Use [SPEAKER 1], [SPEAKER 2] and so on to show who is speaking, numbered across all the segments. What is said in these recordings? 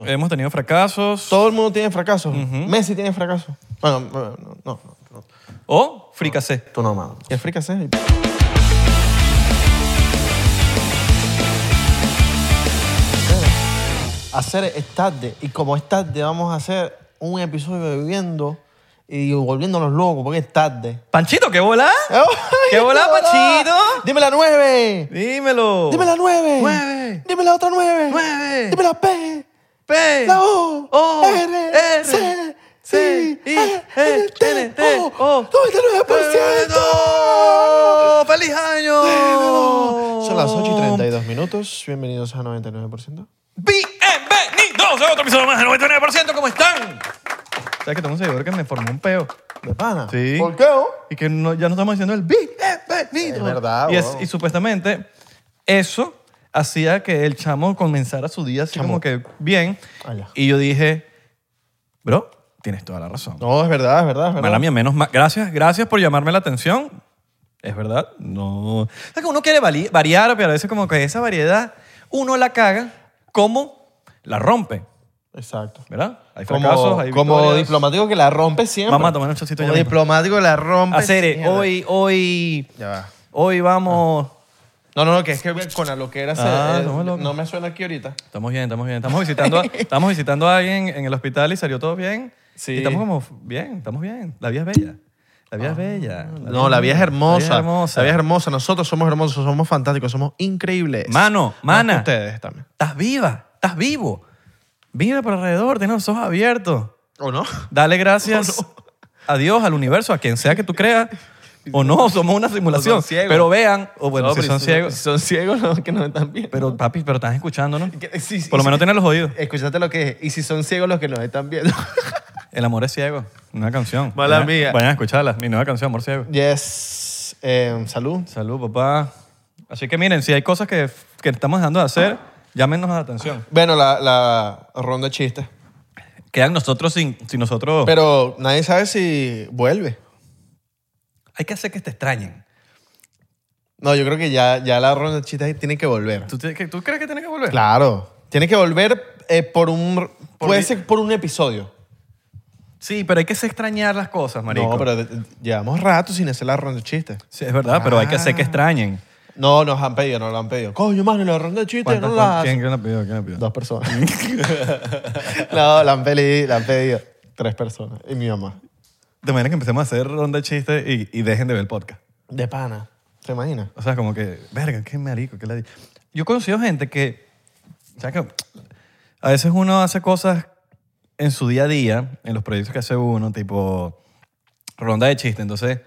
[SPEAKER 1] Hemos tenido fracasos.
[SPEAKER 2] Todo el mundo tiene fracasos. Messi tiene fracasos. Bueno, no, no, no, no.
[SPEAKER 1] O fricasé.
[SPEAKER 2] Tú no, mano. ¿Qué fricasé? Hacer es tarde. Y como es tarde, vamos a hacer un episodio bebiendo y volviéndonos locos porque es tarde.
[SPEAKER 1] Panchito, ¿qué bola? ¿Qué bola, Panchito?
[SPEAKER 2] Dime la nueve.
[SPEAKER 1] Dímelo.
[SPEAKER 2] Dime la nueve.
[SPEAKER 1] Nueve.
[SPEAKER 2] Dime la otra nueve.
[SPEAKER 1] Nueve.
[SPEAKER 2] Dime la P.
[SPEAKER 1] P.
[SPEAKER 2] La O.
[SPEAKER 1] O.
[SPEAKER 2] R.
[SPEAKER 1] R,
[SPEAKER 2] C.
[SPEAKER 1] C,
[SPEAKER 2] I,
[SPEAKER 1] I,
[SPEAKER 2] E, T, O,
[SPEAKER 1] O.
[SPEAKER 2] 99%.
[SPEAKER 1] ¡No! ¡Feliz año!
[SPEAKER 2] Son las 8 y 32 minutos. Bienvenidos a 99%.
[SPEAKER 1] Bienvenidos a otro episodio más del 99%. ¿Cómo están? ¿Sabes que tengo un seguidor que me formó un peo?
[SPEAKER 2] ¿De pana?
[SPEAKER 1] Sí.
[SPEAKER 2] ¿Por qué? oh?
[SPEAKER 1] Y que no- ya no estamos diciendo el bienvenido.
[SPEAKER 2] Es verdad,
[SPEAKER 1] y, es-
[SPEAKER 2] weón.
[SPEAKER 1] y supuestamente eso hacía que el chamo comenzara su día así
[SPEAKER 2] Chamo.
[SPEAKER 1] como que bien.
[SPEAKER 2] Ah, ya.
[SPEAKER 1] Y yo dije, bro, tienes toda la razón.
[SPEAKER 2] No, es verdad, es verdad, es verdad.
[SPEAKER 1] Mala mía, menos mal. Gracias, gracias por llamarme la atención. Es verdad, no. Es que uno quiere vali- variar, pero a veces como que esa variedad uno la caga como la rompe,
[SPEAKER 2] Exacto.
[SPEAKER 1] ¿verdad? Hay
[SPEAKER 2] Como,
[SPEAKER 1] fracasos, hay
[SPEAKER 2] como
[SPEAKER 1] victorias.
[SPEAKER 2] diplomático que la rompe siempre.
[SPEAKER 1] Vamos a tomar un chocito
[SPEAKER 2] Como
[SPEAKER 1] ya mismo.
[SPEAKER 2] diplomático que la rompe
[SPEAKER 1] Hacer, eh,
[SPEAKER 2] siempre.
[SPEAKER 1] hoy, hoy,
[SPEAKER 2] Ya va.
[SPEAKER 1] hoy vamos...
[SPEAKER 2] No, no, no, que es que con la loquera se-
[SPEAKER 1] Ah,
[SPEAKER 2] eh,
[SPEAKER 1] no me lo-
[SPEAKER 2] no me suena aquí ahorita.
[SPEAKER 1] Estamos bien, estamos bien. Estamos visitando, a, estamos visitando a alguien en el hospital y salió todo bien.
[SPEAKER 2] Sí.
[SPEAKER 1] Y estamos como, bien, estamos bien. La vida es bella. La vida es bella.
[SPEAKER 2] Ah, No, la vida es hermosa. La vida es hermosa.
[SPEAKER 1] La
[SPEAKER 2] Nosotros somos hermosos, somos fantásticos, somos increíbles.
[SPEAKER 1] Mano,
[SPEAKER 2] Más que
[SPEAKER 1] mana.
[SPEAKER 2] Ustedes también.
[SPEAKER 1] Estás viva, estás vivo. Vive por alrededor, ten los ojos abiertos.
[SPEAKER 2] ¿O no?
[SPEAKER 1] Dale
[SPEAKER 2] Oh,
[SPEAKER 1] gracias a Dios, al universo, a quien sea que tú creas. O no, somos una simulación.
[SPEAKER 2] O son ciegos.
[SPEAKER 1] Pero vean, o bueno,
[SPEAKER 2] No,
[SPEAKER 1] si
[SPEAKER 2] pero
[SPEAKER 1] son ciegos.
[SPEAKER 2] Si son ciegos, no, que no están viendo.
[SPEAKER 1] Pero papi, pero estás escuchando, ¿no?
[SPEAKER 2] Que- sí, sí,
[SPEAKER 1] Por lo
[SPEAKER 2] sí.
[SPEAKER 1] menos tienes los oídos.
[SPEAKER 2] Escúchate lo que es. Y si son ciegos los que nos están viendo.
[SPEAKER 1] El amor es ciego. Una canción.
[SPEAKER 2] Mala
[SPEAKER 1] Vayan-
[SPEAKER 2] mía.
[SPEAKER 1] Vayan a escucharla. Mi nueva canción, Amor Ciego.
[SPEAKER 2] yes. Eh, salud.
[SPEAKER 1] Salud, papá. Así que miren, si hay cosas que, que estamos dejando de hacer, llámenos la atención.
[SPEAKER 2] Bueno, la, la ronda de chistes.
[SPEAKER 1] Quedan nosotros sin, sin nosotros.
[SPEAKER 2] Pero nadie sabe si vuelve.
[SPEAKER 1] hay que hacer que te extrañen.
[SPEAKER 2] No, yo creo que ya, ya la ronda de chistes tiene que volver.
[SPEAKER 1] ¿Tú, te- que- tú crees que tienes que volver?
[SPEAKER 2] Claro. Tiene que volver eh, por un...
[SPEAKER 1] Por
[SPEAKER 2] puede
[SPEAKER 1] di-
[SPEAKER 2] ser por un episodio.
[SPEAKER 1] Sí, pero hay que hacer extrañar las cosas, marico.
[SPEAKER 2] No, pero de- de- llevamos rato sin hacer la ronda de chistes.
[SPEAKER 1] Sí, es verdad, pero hay que hacer que extrañen.
[SPEAKER 2] No, nos han pedido, nos lo han pedido. Coño, mano, la ronda de chistes
[SPEAKER 1] ¿Cuántas-
[SPEAKER 2] no
[SPEAKER 1] cuán-
[SPEAKER 2] la
[SPEAKER 1] ¿Quién,
[SPEAKER 2] hacen.
[SPEAKER 1] quién la pidió? ¿Quién la pidió?
[SPEAKER 2] Dos personas. no, la han pedido, la han pedido. Tres personas. Y mi mamá.
[SPEAKER 1] De manera que empecemos a hacer ronda de chistes y, y dejen de ver el podcast.
[SPEAKER 2] De pana. ¿Te imaginas?
[SPEAKER 1] O sea, como que, verga, qué marico, qué ladilla. Yo he conocido gente que, o sea, que a veces uno hace cosas en su día a día, en los proyectos que hace uno, tipo ronda de chistes. Entonces,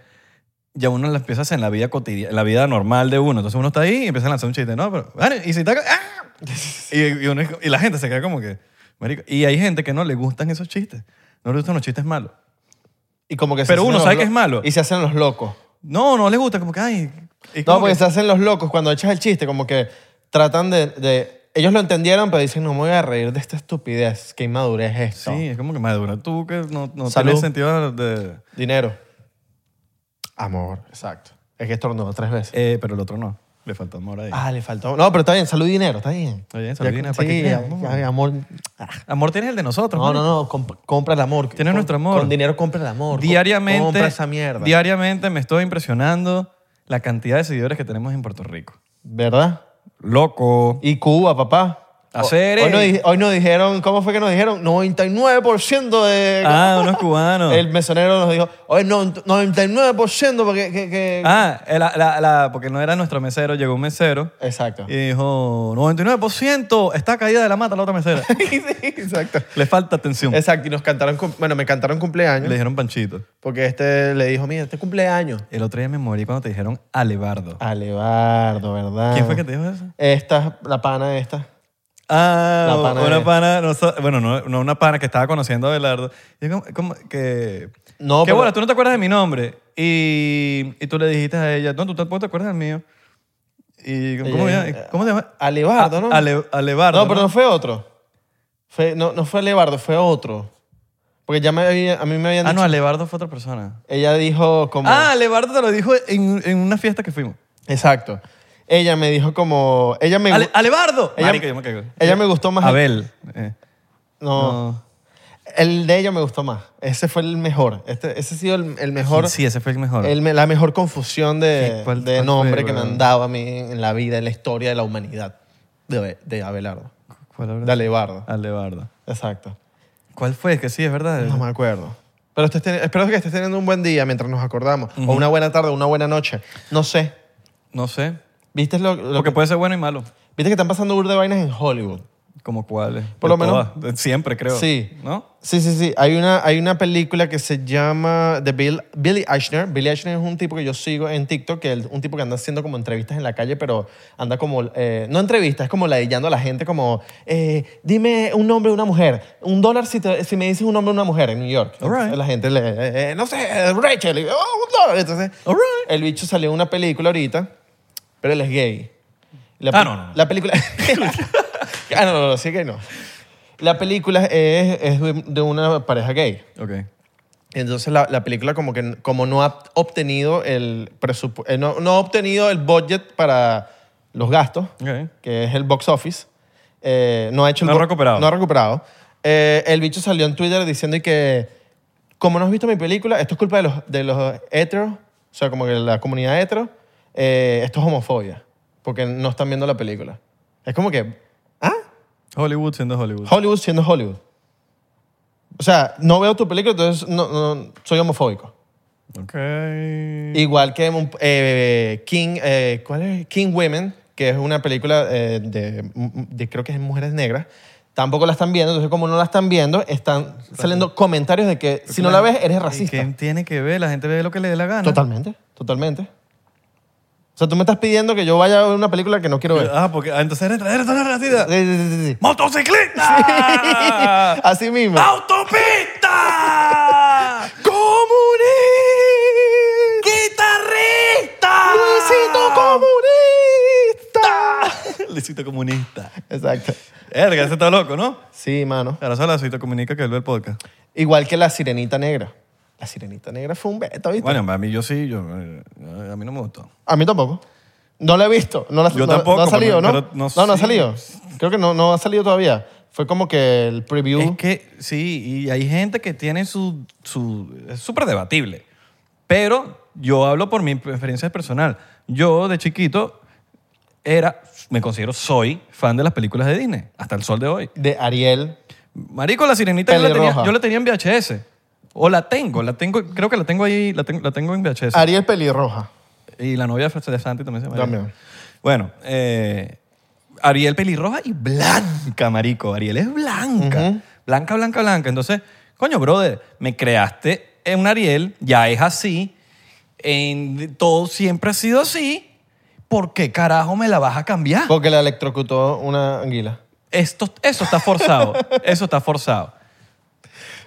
[SPEAKER 1] ya uno las empieza a hacer en la vida cotidiana, en la vida normal de uno. Entonces uno está ahí y empieza a lanzar un chiste, ¿no? Pero, bueno, y si está... ¡ah! Y, y uno es- y la gente se queda como que, marico. Y hay gente que no le gustan esos chistes. No le gustan los chistes malos.
[SPEAKER 2] Y como que se
[SPEAKER 1] Pero
[SPEAKER 2] hacen
[SPEAKER 1] uno
[SPEAKER 2] los
[SPEAKER 1] sabe
[SPEAKER 2] lo-
[SPEAKER 1] que es malo.
[SPEAKER 2] Y se hacen los locos.
[SPEAKER 1] No, no les gusta, como que, ay... y
[SPEAKER 2] No,
[SPEAKER 1] como
[SPEAKER 2] porque
[SPEAKER 1] que-
[SPEAKER 2] se hacen los locos cuando echas el chiste, como que tratan de, de- Ellos lo entendieron, pero dicen, no me voy a reír de esta estupidez. Qué inmadurez es esto.
[SPEAKER 1] Sí, es como que madura. Tú que no, no
[SPEAKER 2] Salud.
[SPEAKER 1] tienes sentido de...
[SPEAKER 2] Dinero. Amor. Exacto. Es que estornudó tres veces.
[SPEAKER 1] Eh, pero el otro no. Le faltó amor ahí.
[SPEAKER 2] Ah, le faltó. No, pero está bien, salud y dinero, está bien.
[SPEAKER 1] Está bien, salud y
[SPEAKER 2] Ya-
[SPEAKER 1] dinero, ¿para qué
[SPEAKER 2] Sí,
[SPEAKER 1] quieres,
[SPEAKER 2] am-
[SPEAKER 1] no?
[SPEAKER 2] ay, amor. Ah,
[SPEAKER 1] Amor tienes el de nosotros.
[SPEAKER 2] No,
[SPEAKER 1] marico.
[SPEAKER 2] no, no, comp- compra el amor.
[SPEAKER 1] Tienes
[SPEAKER 2] Con-
[SPEAKER 1] nuestro amor.
[SPEAKER 2] Con dinero compra el amor. Com-
[SPEAKER 1] Diariamente.
[SPEAKER 2] Compra esa mierda.
[SPEAKER 1] Diariamente me estoy impresionando la cantidad de seguidores que tenemos en Puerto Rico.
[SPEAKER 2] ¿Verdad?
[SPEAKER 1] Loco.
[SPEAKER 2] Y Cuba, papá.
[SPEAKER 1] Hacer,
[SPEAKER 2] Hoy, hoy nos,
[SPEAKER 1] eh.
[SPEAKER 2] di- hoy nos dijeron, ¿cómo fue que nos dijeron? 99% de...
[SPEAKER 1] Ah, unos cubanos.
[SPEAKER 2] El mesonero nos dijo, hoy no, 99% porque... Que, que-
[SPEAKER 1] Ah, eh, la- la- la- porque no era nuestro mesero, llegó un mesero
[SPEAKER 2] Exacto.
[SPEAKER 1] y dijo, 99% está caída de la mata la otra mesera.
[SPEAKER 2] Sí, exacto.
[SPEAKER 1] Le falta atención.
[SPEAKER 2] Exacto, y nos cantaron, cum- bueno, me cantaron cumpleaños
[SPEAKER 1] Le dijeron Panchito.
[SPEAKER 2] porque este le dijo, mira, este cumpleaños.
[SPEAKER 1] El otro día me morí cuando te dijeron Alebardo.
[SPEAKER 2] Alebardo, ¿verdad?
[SPEAKER 1] ¿Quién fue que te dijo eso?
[SPEAKER 2] Esta, la pana esta.
[SPEAKER 1] Ah,
[SPEAKER 2] La pana
[SPEAKER 1] una
[SPEAKER 2] de-
[SPEAKER 1] pana, no so- bueno, no, no una pana que estaba conociendo a Abelardo. Y como- como que,
[SPEAKER 2] No,
[SPEAKER 1] que
[SPEAKER 2] pero-
[SPEAKER 1] bueno, tú no te acuerdas de mi nombre. Y, y tú le dijiste a ella, no, tú tampoco te acuerdas del mío. Y, ¿cómo,
[SPEAKER 2] Ella-
[SPEAKER 1] llama- ¿Cómo te llamas?
[SPEAKER 2] Alebardo, ¿no?
[SPEAKER 1] Ale, Alebardo.
[SPEAKER 2] no, pero no fue otro. Fue- no, no fue Alebardo, fue otro. Porque ya me había- a mí me habían
[SPEAKER 1] Ah,
[SPEAKER 2] dicho...
[SPEAKER 1] no, Alebardo fue otra persona.
[SPEAKER 2] Ella dijo como...
[SPEAKER 1] Ah, Alebardo te lo dijo en, en una fiesta que fuimos.
[SPEAKER 2] Exacto. Ella me dijo como... Ella me...
[SPEAKER 1] Ale- ah, ¡Alebardo!
[SPEAKER 2] Ella-
[SPEAKER 1] Marico, yo me cago.
[SPEAKER 2] ella me gustó más-
[SPEAKER 1] Abel. eh.
[SPEAKER 2] No. El de ella me gustó más. Ese fue el mejor. Este, ese ha sido el, el mejor.
[SPEAKER 1] Sí, ese fue el mejor.
[SPEAKER 2] el me- la mejor confusión de,
[SPEAKER 1] Sí, ¿cuál-
[SPEAKER 2] de
[SPEAKER 1] cuál
[SPEAKER 2] nombre
[SPEAKER 1] fue,
[SPEAKER 2] que me
[SPEAKER 1] weón?
[SPEAKER 2] han dado a mí en la vida, en la historia de la humanidad de, de Abelardo.
[SPEAKER 1] ¿Cuál habrá
[SPEAKER 2] De
[SPEAKER 1] sido?
[SPEAKER 2] Alebardo.
[SPEAKER 1] Alebardo.
[SPEAKER 2] Exacto.
[SPEAKER 1] ¿Cuál fue? Que sí, es verdad.
[SPEAKER 2] No me acuerdo. Pero estés teni- espero que estés teniendo un buen día mientras nos acordamos. O una buena tarde, una buena noche. No sé.
[SPEAKER 1] No sé.
[SPEAKER 2] ¿Viste lo, lo
[SPEAKER 1] Porque pues
[SPEAKER 2] que,
[SPEAKER 1] puede ser bueno y malo.
[SPEAKER 2] ¿Viste que están pasando burda de vainas en Hollywood?
[SPEAKER 1] Como cuáles.
[SPEAKER 2] Por
[SPEAKER 1] De
[SPEAKER 2] lo menos-
[SPEAKER 1] todas. De Siempre, creo.
[SPEAKER 2] Sí.
[SPEAKER 1] ¿No?
[SPEAKER 2] Sí, sí, sí. Hay una, hay una película que se llama The Bill, Billy Eichner. Billy Eichner es un tipo que yo sigo en TikTok, que es un tipo que anda haciendo como entrevistas en la calle, pero anda como, eh, no entrevistas, es como ladillando a la gente, como, eh, dime un nombre de una mujer, un dólar si, te- si me dices un nombre de una mujer en New York.
[SPEAKER 1] All right.
[SPEAKER 2] Entonces La gente le, eh, eh, no sé, Rachel, y, "Oh, un dólar. Entonces,
[SPEAKER 1] All right.
[SPEAKER 2] el bicho salió en una película ahorita, pero él es gay. La
[SPEAKER 1] Ah,
[SPEAKER 2] pe-
[SPEAKER 1] no, no, no.
[SPEAKER 2] La película... ah, no, no, no, sí que no. La película es, es de- de una pareja gay.
[SPEAKER 1] Ok.
[SPEAKER 2] Entonces la, la película como que n- como no ha obtenido el presupu- eh, no, no ha obtenido el budget para los gastos,
[SPEAKER 1] Ok.
[SPEAKER 2] que es el box office, eh, no ha hecho el
[SPEAKER 1] No ha
[SPEAKER 2] bo-
[SPEAKER 1] recuperado.
[SPEAKER 2] No ha recuperado. Eh, el bicho salió en Twitter diciendo y que como no has visto mi película, esto es culpa de los, de los heteros, o sea, como que la comunidad hetero, eh, esto es homofobia, porque no están viendo la película. Es como que, ¿ah?
[SPEAKER 1] Hollywood siendo Hollywood.
[SPEAKER 2] Hollywood siendo Hollywood. O sea, no veo tu película, entonces no, no- soy homofóbico.
[SPEAKER 1] Ok. Mm.
[SPEAKER 2] Igual que un- eh, King, eh, ¿cuál es? King Women, que es una película eh, de, de- creo que es mujeres negras, tampoco la están viendo, entonces como no la están viendo, están saliendo comentarios de que si no la ves eres
[SPEAKER 1] ¿Y
[SPEAKER 2] racista.
[SPEAKER 1] qué tiene que ver? La gente ve lo que le dé la gana.
[SPEAKER 2] Totalmente, totalmente. O sea, tú me estás pidiendo que yo vaya a ver una película que no quiero ver.
[SPEAKER 1] Ah, porque ah, entonces eres, eres una racista.
[SPEAKER 2] Sí, sí, sí, sí.
[SPEAKER 1] ¡Motociclista!
[SPEAKER 2] Así mismo.
[SPEAKER 1] Ah. ¡Autopista!
[SPEAKER 2] ¡Comunista!
[SPEAKER 1] ¡Guitarrista! Luisito
[SPEAKER 2] ¡Luisito comunista!
[SPEAKER 1] comunista.
[SPEAKER 2] Exacto.
[SPEAKER 1] Erga, ese está loco, ¿no?
[SPEAKER 2] Sí, mano.
[SPEAKER 1] Ahora solo Luisito comunica que él ve el podcast.
[SPEAKER 2] Igual que la sirenita negra. La sirenita negra fue un beta, ¿viste?
[SPEAKER 1] Bueno, a mí yo sí, yo, eh, a mí no me gustó.
[SPEAKER 2] A mí tampoco. No la he visto. No la,
[SPEAKER 1] Yo
[SPEAKER 2] no- no
[SPEAKER 1] tampoco,
[SPEAKER 2] ha salido,
[SPEAKER 1] pero-
[SPEAKER 2] ¿no?
[SPEAKER 1] pero
[SPEAKER 2] no,
[SPEAKER 1] no
[SPEAKER 2] no ha
[SPEAKER 1] sé.
[SPEAKER 2] salido. Creo que no, no ha salido todavía. Fue como que el preview.
[SPEAKER 1] Es que sí, y hay gente que tiene su... su es súper debatible. Pero yo hablo por mi preferencia personal. Yo de chiquito era, me considero, soy fan de las películas de Disney, hasta el sol de hoy.
[SPEAKER 2] De Ariel.
[SPEAKER 1] Marico, la sirenita yo la, tenía,
[SPEAKER 2] Pelirroja.
[SPEAKER 1] yo la tenía en VHS. O la tengo, la tengo, creo que la tengo ahí, la tengo, la tengo en VHS.
[SPEAKER 2] Ariel pelirroja.
[SPEAKER 1] Y la novia de Santi también se llama.
[SPEAKER 2] También.
[SPEAKER 1] Ariel. Bueno, eh, Ariel pelirroja y blanca, marico. Ariel es blanca.
[SPEAKER 2] Ujú.
[SPEAKER 1] Blanca, blanca, blanca. Entonces, coño, brother, me creaste en un Ariel, ya es así. En, todo siempre ha sido así. ¿Por qué carajo me la vas a cambiar?
[SPEAKER 2] Porque la electrocutó una anguila.
[SPEAKER 1] Esto, eso está forzado. Eso está forzado.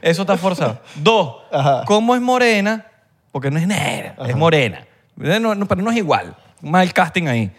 [SPEAKER 1] Eso está forzado. Dos,
[SPEAKER 2] Ajá.
[SPEAKER 1] ¿cómo es morena? Porque no es negra, es morena. No, no, pero no es igual. Mal casting ahí.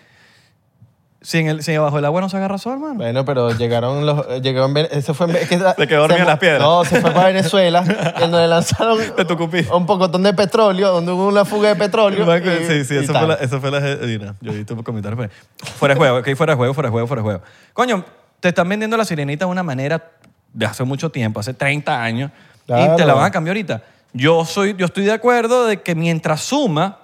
[SPEAKER 1] Si, en el, si abajo del agua no se agarra sol, hermano.
[SPEAKER 2] Bueno, pero llegaron los. eh, Llegó en Ven- eso fue en Ve- es que la-
[SPEAKER 1] Se quedó dormido
[SPEAKER 2] mo-
[SPEAKER 1] en las piedras.
[SPEAKER 2] No, se fue para Venezuela, en donde lanzaron
[SPEAKER 1] De Tucupí.
[SPEAKER 2] un pocotón de petróleo, donde hubo una fuga de petróleo. y-
[SPEAKER 1] sí, sí,
[SPEAKER 2] y
[SPEAKER 1] eso
[SPEAKER 2] tal.
[SPEAKER 1] fue, la, eso fue la Edina. Yo vi tu comentario. pero- Fuera de juego, ok, fuera de juego, fuera de juego, fuera de juego. Coño, te están vendiendo la sirenita de una manera de hace mucho tiempo, hace 30 años, y te la
[SPEAKER 2] Claro.
[SPEAKER 1] van a cambiar ahorita. Yo, soy, yo estoy de acuerdo de que mientras suma,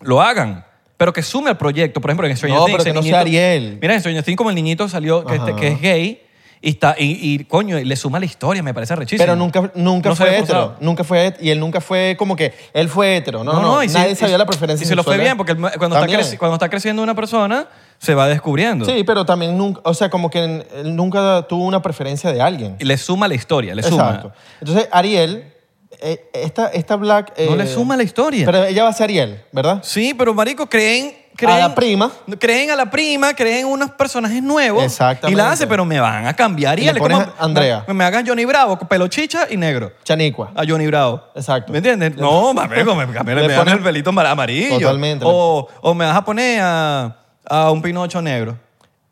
[SPEAKER 1] lo hagan. Pero que sume al proyecto. Por ejemplo, en Stranger
[SPEAKER 2] No,
[SPEAKER 1] Things.
[SPEAKER 2] pero que
[SPEAKER 1] el
[SPEAKER 2] no sea
[SPEAKER 1] niñito-
[SPEAKER 2] Ariel.
[SPEAKER 1] Mira, en Stranger Things como el niñito salió, que, este,
[SPEAKER 2] Ajá.
[SPEAKER 1] que es gay, y, está, y, y, coño, y le suma la historia, me parece rechísimo.
[SPEAKER 2] Pero nunca, nunca
[SPEAKER 1] No se
[SPEAKER 2] fue
[SPEAKER 1] ve
[SPEAKER 2] hetero.
[SPEAKER 1] forzado.
[SPEAKER 2] Nunca fue het- Y él nunca fue como que. Él fue hetero. No, no.
[SPEAKER 1] y si-
[SPEAKER 2] nadie
[SPEAKER 1] y-
[SPEAKER 2] sabía la preferencia.
[SPEAKER 1] Y se lo fue
[SPEAKER 2] sexual.
[SPEAKER 1] bien, porque el- cuando, está
[SPEAKER 2] También.
[SPEAKER 1] creci- cuando está creciendo una persona, se va descubriendo.
[SPEAKER 2] Sí, pero también nunca. O sea, como que n- él nunca tuvo una preferencia de alguien.
[SPEAKER 1] Y le suma la historia, le suma.
[SPEAKER 2] Exacto. Entonces, Ariel. eh, esta, esta Black.
[SPEAKER 1] No
[SPEAKER 2] eh,
[SPEAKER 1] le suma la historia.
[SPEAKER 2] Pero ella va a ser Ariel, ¿verdad?
[SPEAKER 1] Sí, pero marico, creen, creen...
[SPEAKER 2] A la prima.
[SPEAKER 1] Creen a la prima, creen unos personajes nuevos.
[SPEAKER 2] Exactamente.
[SPEAKER 1] Y la hace, pero me van a cambiar. Y
[SPEAKER 2] Le
[SPEAKER 1] él es
[SPEAKER 2] pones
[SPEAKER 1] como-
[SPEAKER 2] a Andrea.
[SPEAKER 1] Me, me hagan Johnny Bravo, con pelo chicha y negro.
[SPEAKER 2] Chanicua.
[SPEAKER 1] A Johnny Bravo.
[SPEAKER 2] Exacto.
[SPEAKER 1] ¿Me entiendes? No, marico, me, cambian
[SPEAKER 2] Le
[SPEAKER 1] me dan
[SPEAKER 2] ponen-
[SPEAKER 1] el pelito amar- amarillo.
[SPEAKER 2] Totalmente.
[SPEAKER 1] O, o me vas a poner a, a un pinocho negro.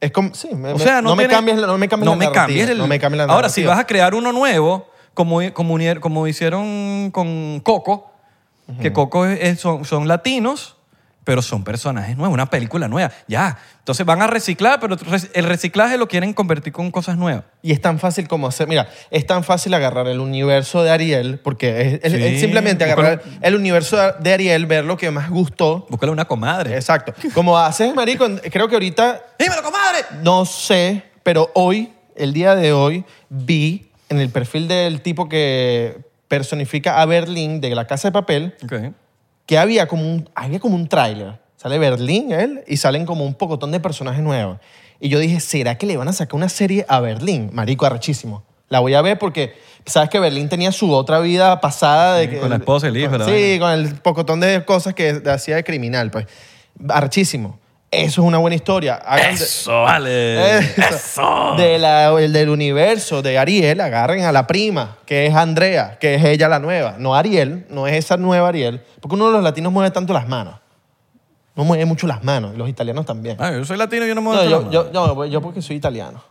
[SPEAKER 2] Es como, sí, me-
[SPEAKER 1] O sea, no,
[SPEAKER 2] no, me
[SPEAKER 1] tiene-
[SPEAKER 2] cambies, la- no me cambies
[SPEAKER 1] no
[SPEAKER 2] la
[SPEAKER 1] me
[SPEAKER 2] narrativa,
[SPEAKER 1] cambies el-
[SPEAKER 2] no me cambies la
[SPEAKER 1] Ahora, si
[SPEAKER 2] narrativa.
[SPEAKER 1] vas a crear uno nuevo, como, como, unieron- como hicieron con Coco, que Coco es- es- son, son latinos, pero son personajes nuevos, una película nueva, ya. Entonces van a reciclar, pero rec- el reciclaje lo quieren convertir con cosas nuevas.
[SPEAKER 2] Y es tan fácil como hacer, mira, es tan fácil agarrar el universo de Ariel, porque es, es-
[SPEAKER 1] Sí.
[SPEAKER 2] es simplemente agarrar el universo de Ariel, ver lo que más gustó.
[SPEAKER 1] Búscale una comadre.
[SPEAKER 2] Exacto. Como haces, Marico, creo que ahorita
[SPEAKER 1] ¡Dímelo, comadre!
[SPEAKER 2] No sé, pero hoy, el día de hoy, vi en el perfil del tipo que personifica a Berlín de la Casa de Papel
[SPEAKER 1] Ok.
[SPEAKER 2] que había como un, había como un tráiler. Sale Berlín él y salen como un pocotón de personajes nuevos. Y yo dije, ¿será que le van a sacar una serie a Berlín? Marico, arrechísimo. La voy a ver porque sabes que Berlín tenía su otra vida pasada. De
[SPEAKER 1] Sí,
[SPEAKER 2] que-
[SPEAKER 1] con la esposa y el hijo, la
[SPEAKER 2] Sí,
[SPEAKER 1] vaina.
[SPEAKER 2] con el pocotón de cosas que hacía de criminal. Pues. Arrechísimo. Eso es una buena historia. Hagan de-
[SPEAKER 1] Eso, vale.
[SPEAKER 2] Eso. De la- el del universo de Ariel, agarren a la prima, que es Andrea, que es ella la nueva. No Ariel, no es esa nueva Ariel. Porque uno de los latinos mueve tanto las manos. No mueve mucho las manos, y los italianos también.
[SPEAKER 1] Ah, yo soy latino, yo no me voy
[SPEAKER 2] No,
[SPEAKER 1] a
[SPEAKER 2] yo, yo, yo, yo porque soy italiano.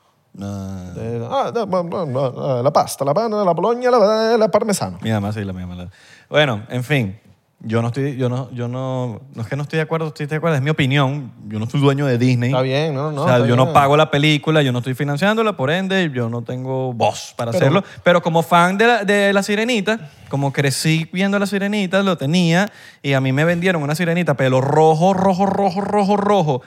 [SPEAKER 2] Eh, ah, no, no, no, no, la pasta, la pana, la boloña, la, la parmesano.
[SPEAKER 1] Mi mamá sí, la misma. la- Bueno, en fin. Yo no estoy, yo no, yo no, no es que no estoy de acuerdo, estoy de acuerdo, es mi opinión. Yo no soy dueño de Disney.
[SPEAKER 2] Está bien, no, no,
[SPEAKER 1] O sea,
[SPEAKER 2] está
[SPEAKER 1] yo no
[SPEAKER 2] bien.
[SPEAKER 1] pago la película, yo no estoy financiándola, por ende, yo no tengo voz para
[SPEAKER 2] Pero-
[SPEAKER 1] hacerlo. Pero como fan de la, de la Sirenita, como crecí viendo la Sirenita, lo tenía, y a mí me vendieron una Sirenita, pelo rojo, rojo, rojo, rojo, rojo,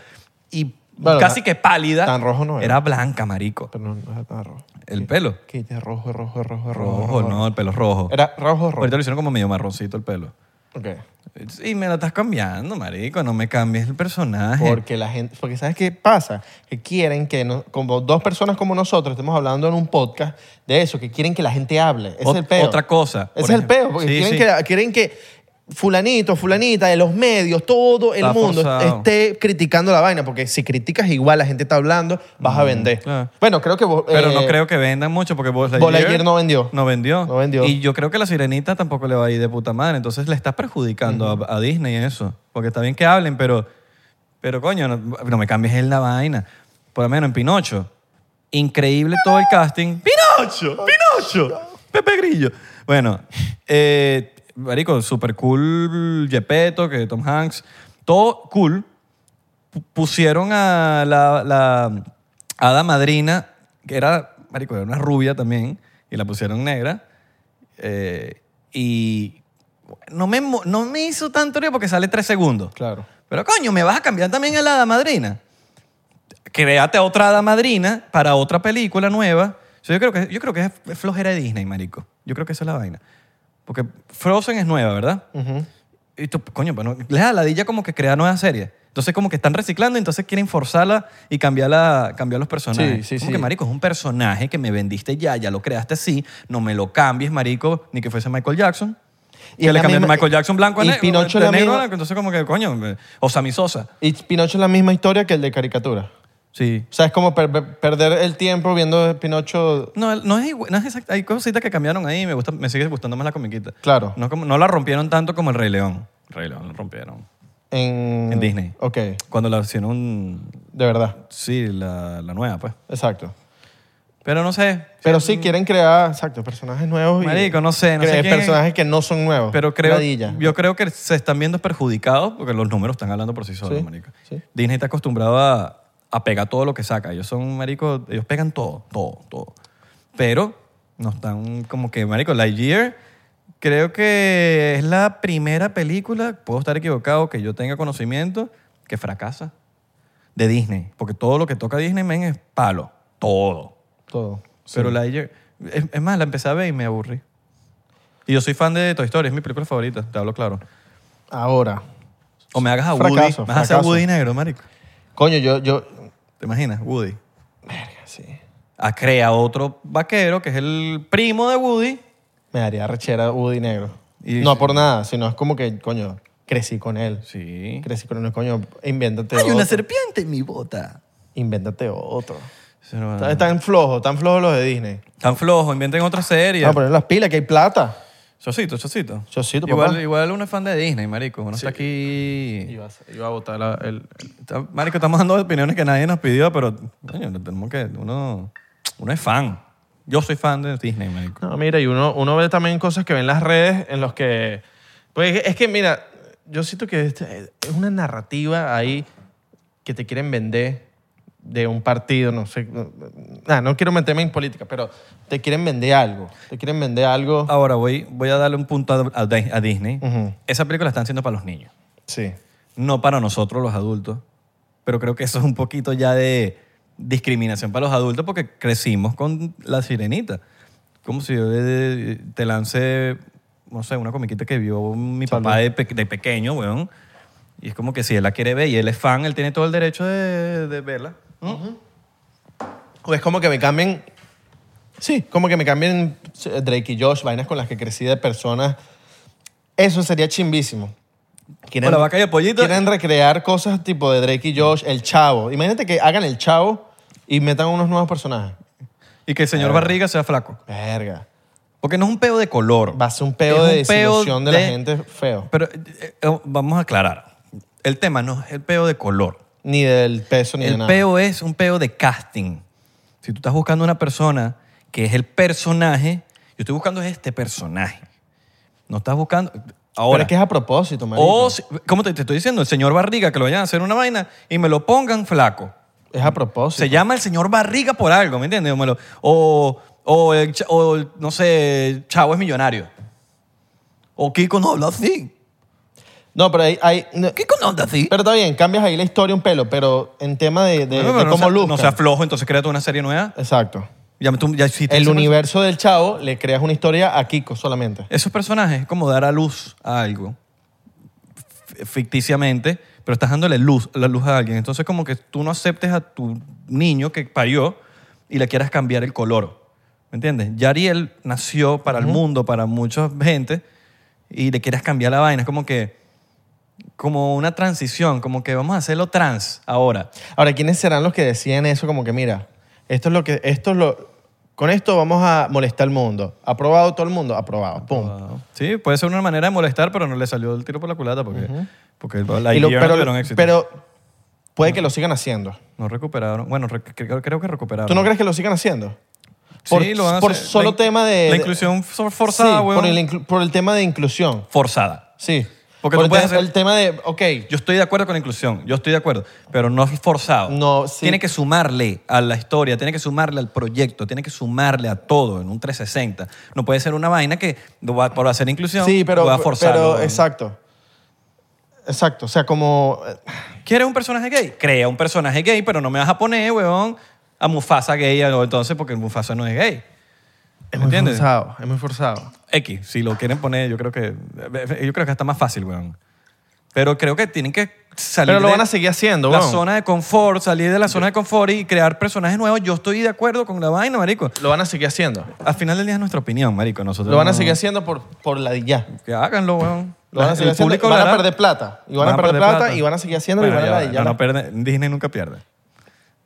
[SPEAKER 1] y
[SPEAKER 2] Bueno,
[SPEAKER 1] casi
[SPEAKER 2] ta-
[SPEAKER 1] que pálida.
[SPEAKER 2] tan rojo no era.
[SPEAKER 1] Era blanca, marico.
[SPEAKER 2] Pero no, no, no, rojo.
[SPEAKER 1] El pelo.
[SPEAKER 2] Que ya rojo, rojo, rojo, rojo.
[SPEAKER 1] Rojo, no, el pelo rojo.
[SPEAKER 2] Era rojo, rojo.
[SPEAKER 1] Ahorita lo hicieron como medio marroncito el pelo.
[SPEAKER 2] Ok.
[SPEAKER 1] Y me lo estás cambiando, marico. No me cambies el personaje.
[SPEAKER 2] Porque la gente, porque ¿sabes qué pasa? Que quieren que no- como dos personas como nosotros estemos hablando en un podcast de eso, que quieren que la gente hable. Ese es
[SPEAKER 1] Ot-
[SPEAKER 2] el peo.
[SPEAKER 1] otra cosa,
[SPEAKER 2] Ese
[SPEAKER 1] por
[SPEAKER 2] es el
[SPEAKER 1] ejemplo.
[SPEAKER 2] peo, porque
[SPEAKER 1] Sí,
[SPEAKER 2] quieren,
[SPEAKER 1] sí.
[SPEAKER 2] Que, quieren que fulanito, fulanita, de los medios, todo el
[SPEAKER 1] Está
[SPEAKER 2] mundo
[SPEAKER 1] forzado.
[SPEAKER 2] esté criticando la vaina, porque si criticas igual, la gente está hablando, vas a vender.
[SPEAKER 1] Mm, claro.
[SPEAKER 2] Bueno, creo que vos...
[SPEAKER 1] Pero
[SPEAKER 2] eh,
[SPEAKER 1] no creo que vendan mucho porque Buzz
[SPEAKER 2] Buzz Lightyear no vendió.
[SPEAKER 1] No vendió.
[SPEAKER 2] No vendió.
[SPEAKER 1] Y yo creo que la sirenita tampoco le va a ir de puta madre. Entonces le estás perjudicando a, a Disney eso. Porque está bien que hablen, pero, pero coño, no, no me cambies en la vaina. Por lo menos en Pinocho. Increíble todo el casting. ¡Pinocho! ¡Pinocho! Pepe Grillo. Bueno, eh, marico, super cool Gepetto, que Tom Hanks. Todo cool pu- pusieron a la, la hada madrina, que era, marico, era una rubia también, y la pusieron negra. eh, y no me, mo- no me hizo tanto ruido porque sale tres segundos.
[SPEAKER 2] Claro.
[SPEAKER 1] Pero coño, ¿me vas a cambiar también a la hada madrina? Créate a otra hada madrina para otra película nueva. O sea, yo, creo que, yo creo que es flojera de Disney, marico. Yo creo que esa es la vaina. Porque Frozen es nueva, ¿verdad?
[SPEAKER 2] Ujú.
[SPEAKER 1] Y tú, coño, pero no- les da ladilla como que crear nuevas series. Entonces como que están reciclando, entonces quieren forzarla y cambiarla, cambiar los personajes.
[SPEAKER 2] Sí, sí,
[SPEAKER 1] como
[SPEAKER 2] sí.
[SPEAKER 1] que, marico, es un personaje que me vendiste ya, ya lo creaste así, no me lo cambies, marico, ni que fuese Michael Jackson.
[SPEAKER 2] Y
[SPEAKER 1] Y que
[SPEAKER 2] es
[SPEAKER 1] le
[SPEAKER 2] la
[SPEAKER 1] cambiaste
[SPEAKER 2] misma-
[SPEAKER 1] Michael Jackson blanco a
[SPEAKER 2] y
[SPEAKER 1] negro,
[SPEAKER 2] Pinocho
[SPEAKER 1] de
[SPEAKER 2] la
[SPEAKER 1] negro a
[SPEAKER 2] misma-
[SPEAKER 1] blanco, entonces como que, coño, me- o Sammy Sosa.
[SPEAKER 2] Y Pinocho es la misma historia que el de caricatura.
[SPEAKER 1] Sí.
[SPEAKER 2] O sea, es como per- per- perder el tiempo viendo Pinocho...
[SPEAKER 1] No, no es, igual- no es exacto. Hay cositas que cambiaron ahí. Me, gusta, me sigue gustando más la comiquita.
[SPEAKER 2] Claro.
[SPEAKER 1] No, como- no la rompieron tanto como el Rey León. Rey León lo rompieron.
[SPEAKER 2] En,
[SPEAKER 1] En Disney.
[SPEAKER 2] Ok,
[SPEAKER 1] Cuando la hicieron,
[SPEAKER 2] de verdad.
[SPEAKER 1] sí, la, la nueva, pues.
[SPEAKER 2] Exacto.
[SPEAKER 1] Pero no sé.
[SPEAKER 2] Pero sí quieren crear, exacto, personajes nuevos. y-
[SPEAKER 1] Marico, no sé, no
[SPEAKER 2] cre-
[SPEAKER 1] sé quién-
[SPEAKER 2] Personajes que no son nuevos.
[SPEAKER 1] Pero creo,
[SPEAKER 2] Ladilla.
[SPEAKER 1] yo creo que se están viendo perjudicados porque los números están hablando por sí solos,
[SPEAKER 2] Sí,
[SPEAKER 1] marico.
[SPEAKER 2] sí.
[SPEAKER 1] Disney está acostumbrado a, a pegar todo lo que saca. Ellos son, marico, ellos pegan todo, todo, todo. Pero no están como que, marico, Lightyear creo que es la primera película, puedo estar equivocado, que yo tenga conocimiento, que fracasa de Disney. Porque todo lo que toca Disney, men, es palo. Todo.
[SPEAKER 2] Todo.
[SPEAKER 1] Pero Lightyear... Es, es más, la empecé a ver y me aburrí. Y yo soy fan de Toy Story, es mi película favorita, te hablo claro.
[SPEAKER 2] Ahora.
[SPEAKER 1] O me hagas a Woody.
[SPEAKER 2] Fracaso,
[SPEAKER 1] me hagas a
[SPEAKER 2] fracaso.
[SPEAKER 1] Woody negro, marico.
[SPEAKER 2] Coño, yo, yo.
[SPEAKER 1] ¿Te imaginas? Woody.
[SPEAKER 2] Verga, sí.
[SPEAKER 1] A crea otro vaquero que es el primo de Woody.
[SPEAKER 2] Me daría rechera Woody Negro.
[SPEAKER 1] Y-
[SPEAKER 2] no por nada, sino es como que, coño, crecí con él.
[SPEAKER 1] Sí.
[SPEAKER 2] Crecí con él, coño, invéntate
[SPEAKER 1] Hay
[SPEAKER 2] otro.
[SPEAKER 1] una serpiente en mi bota.
[SPEAKER 2] Invéntate otro.
[SPEAKER 1] Sí, no,
[SPEAKER 2] Están tan flojos, tan flojos los de Disney.
[SPEAKER 1] Tan flojo, inventen otra serie.
[SPEAKER 2] Vamos a poner las pilas, que hay plata.
[SPEAKER 1] Chocito, chocito.
[SPEAKER 2] Ah, Chocito, papá.
[SPEAKER 1] igual, igual uno es fan de Disney, marico. Uno está aquí...
[SPEAKER 2] Iba a, iba a botar el.
[SPEAKER 1] Está- Marico, estamos dando opiniones que nadie nos pidió, pero coño, tenemos que... Uno, uno es fan. Yo soy fan de Disney, marico.
[SPEAKER 2] No, mira, y uno, uno ve también cosas que ven las redes en los que... Pues es que, mira, yo siento que este- es una narrativa ahí que te quieren vender de un partido, no sé. no- Nah, no quiero meterme en política, pero te quieren vender algo. Te quieren vender algo.
[SPEAKER 1] Ahora voy, voy a darle un punto a, a Di- a Disney.
[SPEAKER 2] Ujú.
[SPEAKER 1] Esa película la están haciendo para los niños,
[SPEAKER 2] Sí.
[SPEAKER 1] no para nosotros los adultos. Pero creo que eso es un poquito ya de discriminación para los adultos porque crecimos con La Sirenita. Como si yo eh, te lance, no sé, una comiquita que vio mi
[SPEAKER 2] Salud.
[SPEAKER 1] papá de, pe- de pequeño, weón. Y es como que si él la quiere ver y él es fan, él tiene todo el derecho de, de verla.
[SPEAKER 2] O es como que me cambien. Sí, como que me cambien eh, Drake y Josh, vainas con las que crecí de personas. Eso sería chimbísimo.
[SPEAKER 1] O la vaca y el pollito.
[SPEAKER 2] Quieren recrear cosas tipo de Drake y Josh, el chavo. Imagínate que hagan el chavo y metan unos nuevos personajes.
[SPEAKER 1] Y que el
[SPEAKER 2] Ah.
[SPEAKER 1] señor Barriga sea flaco.
[SPEAKER 2] Verga.
[SPEAKER 1] Porque no es un peo de color.
[SPEAKER 2] Va a ser un peo
[SPEAKER 1] Es
[SPEAKER 2] de
[SPEAKER 1] un peo
[SPEAKER 2] desilusión de, la gente feo.
[SPEAKER 1] Pero eh, eh, vamos a aclarar. El tema no es el peo de color.
[SPEAKER 2] Ni del peso ni de
[SPEAKER 1] El
[SPEAKER 2] nada.
[SPEAKER 1] peo es un peo de casting. Si tú estás buscando una persona que es el personaje, yo estoy buscando es este personaje. No estás buscando...
[SPEAKER 2] Pero
[SPEAKER 1] Ahora, Oh,
[SPEAKER 2] es que es a propósito, marico.
[SPEAKER 1] o si- ¿cómo te, te estoy diciendo? El señor Barriga, que lo vayan a hacer una vaina y me lo pongan flaco.
[SPEAKER 2] es a propósito.
[SPEAKER 1] Se llama el señor Barriga por algo, ¿me entiendes? O, me lo- o, o el cha- o el, no sé, Chavo es millonario. O Kiko no habla así.
[SPEAKER 2] No, pero ahí... ahí- no.
[SPEAKER 1] Kiko no habla así.
[SPEAKER 2] Pero está bien, cambias ahí la historia un pelo, pero en tema de, de-
[SPEAKER 1] Bueno,
[SPEAKER 2] de
[SPEAKER 1] pero no
[SPEAKER 2] cómo
[SPEAKER 1] sea- no
[SPEAKER 2] luzcan.
[SPEAKER 1] seas flojo, entonces crea tú una serie nueva.
[SPEAKER 2] Exacto.
[SPEAKER 1] Ya, tú- ya hiciste
[SPEAKER 2] El
[SPEAKER 1] ese-
[SPEAKER 2] universo del chavo le creas una historia a Kiko solamente.
[SPEAKER 1] Esos personajes es como dar a luz a algo f- ficticiamente, pero estás dándole luz, la luz a alguien. Entonces como que tú no aceptes a tu niño que parió y le quieras cambiar el color. ¿Me entiendes? Ya Ariel nació para el mundo, para mucha gente, y le quieras cambiar la vaina. Es como que como una transición, como que vamos a hacerlo trans ahora.
[SPEAKER 2] Ahora, ¿quiénes serán los que deciden eso? Como que, mira, esto es lo que. Esto es lo, con esto vamos a molestar al mundo. ¿Aprobado todo el mundo? Aprobado. Pum.
[SPEAKER 1] Ah, Sí, puede ser una manera de molestar, pero no le salió el tiro por la culata porque, porque la
[SPEAKER 2] Y lo-
[SPEAKER 1] idea no tuvieron
[SPEAKER 2] pero,
[SPEAKER 1] éxito.
[SPEAKER 2] pero puede que lo sigan haciendo.
[SPEAKER 1] No recuperaron. Bueno, re- creo, creo que recuperaron.
[SPEAKER 2] ¿Tú no crees que lo sigan haciendo? Por,
[SPEAKER 1] Sí, lo van a
[SPEAKER 2] por
[SPEAKER 1] hacer.
[SPEAKER 2] solo
[SPEAKER 1] La in-
[SPEAKER 2] tema de.
[SPEAKER 1] La
[SPEAKER 2] de-
[SPEAKER 1] inclusión for-
[SPEAKER 2] Sí,
[SPEAKER 1] forzada,
[SPEAKER 2] por, el
[SPEAKER 1] weón.
[SPEAKER 2] inclu- por el tema de inclusión.
[SPEAKER 1] Forzada.
[SPEAKER 2] Sí.
[SPEAKER 1] Porque
[SPEAKER 2] por
[SPEAKER 1] tú
[SPEAKER 2] el,
[SPEAKER 1] puedes
[SPEAKER 2] tema,
[SPEAKER 1] hacer-
[SPEAKER 2] el tema de. Ok.
[SPEAKER 1] Yo estoy de acuerdo con la inclusión, yo estoy de acuerdo, pero no es forzado.
[SPEAKER 2] No, sí.
[SPEAKER 1] Tiene que sumarle a la historia, tiene que sumarle al proyecto, tiene que sumarle a todo en un 360. No puede ser una vaina que lo va- por hacer inclusión
[SPEAKER 2] sí, pero.
[SPEAKER 1] lo va a forzar.
[SPEAKER 2] pero,
[SPEAKER 1] weón.
[SPEAKER 2] exacto. Exacto. O sea, como. eh,
[SPEAKER 1] ¿Quieres un personaje gay? Crea un personaje gay, pero no me vas a poner, weón, a Mufasa gay o entonces porque Mufasa no es gay.
[SPEAKER 2] Es muy
[SPEAKER 1] ¿Entiendes?
[SPEAKER 2] forzado. Es muy forzado.
[SPEAKER 1] X, si lo quieren poner, yo creo que yo creo que está más fácil, weón. Pero creo que tienen que salir
[SPEAKER 2] Pero lo
[SPEAKER 1] de
[SPEAKER 2] van a seguir haciendo,
[SPEAKER 1] la
[SPEAKER 2] weón.
[SPEAKER 1] zona de confort, salir de la zona de confort y crear personajes nuevos. Yo estoy de acuerdo con la vaina, marico.
[SPEAKER 2] Lo van a seguir haciendo.
[SPEAKER 1] Al final del día es nuestra opinión, marico. Nosotros
[SPEAKER 2] Lo van a
[SPEAKER 1] no-
[SPEAKER 2] seguir haciendo por, por la ya.
[SPEAKER 1] Que háganlo, weón.
[SPEAKER 2] Lo van a
[SPEAKER 1] El
[SPEAKER 2] seguir haciendo. y
[SPEAKER 1] público
[SPEAKER 2] Van
[SPEAKER 1] lo
[SPEAKER 2] a
[SPEAKER 1] hará.
[SPEAKER 2] perder plata. Y van, a perder plata, y van a seguir haciendo y
[SPEAKER 1] Bueno,
[SPEAKER 2] van
[SPEAKER 1] ya
[SPEAKER 2] a
[SPEAKER 1] va, no,
[SPEAKER 2] ladillar la
[SPEAKER 1] no pierde. Disney nunca pierde.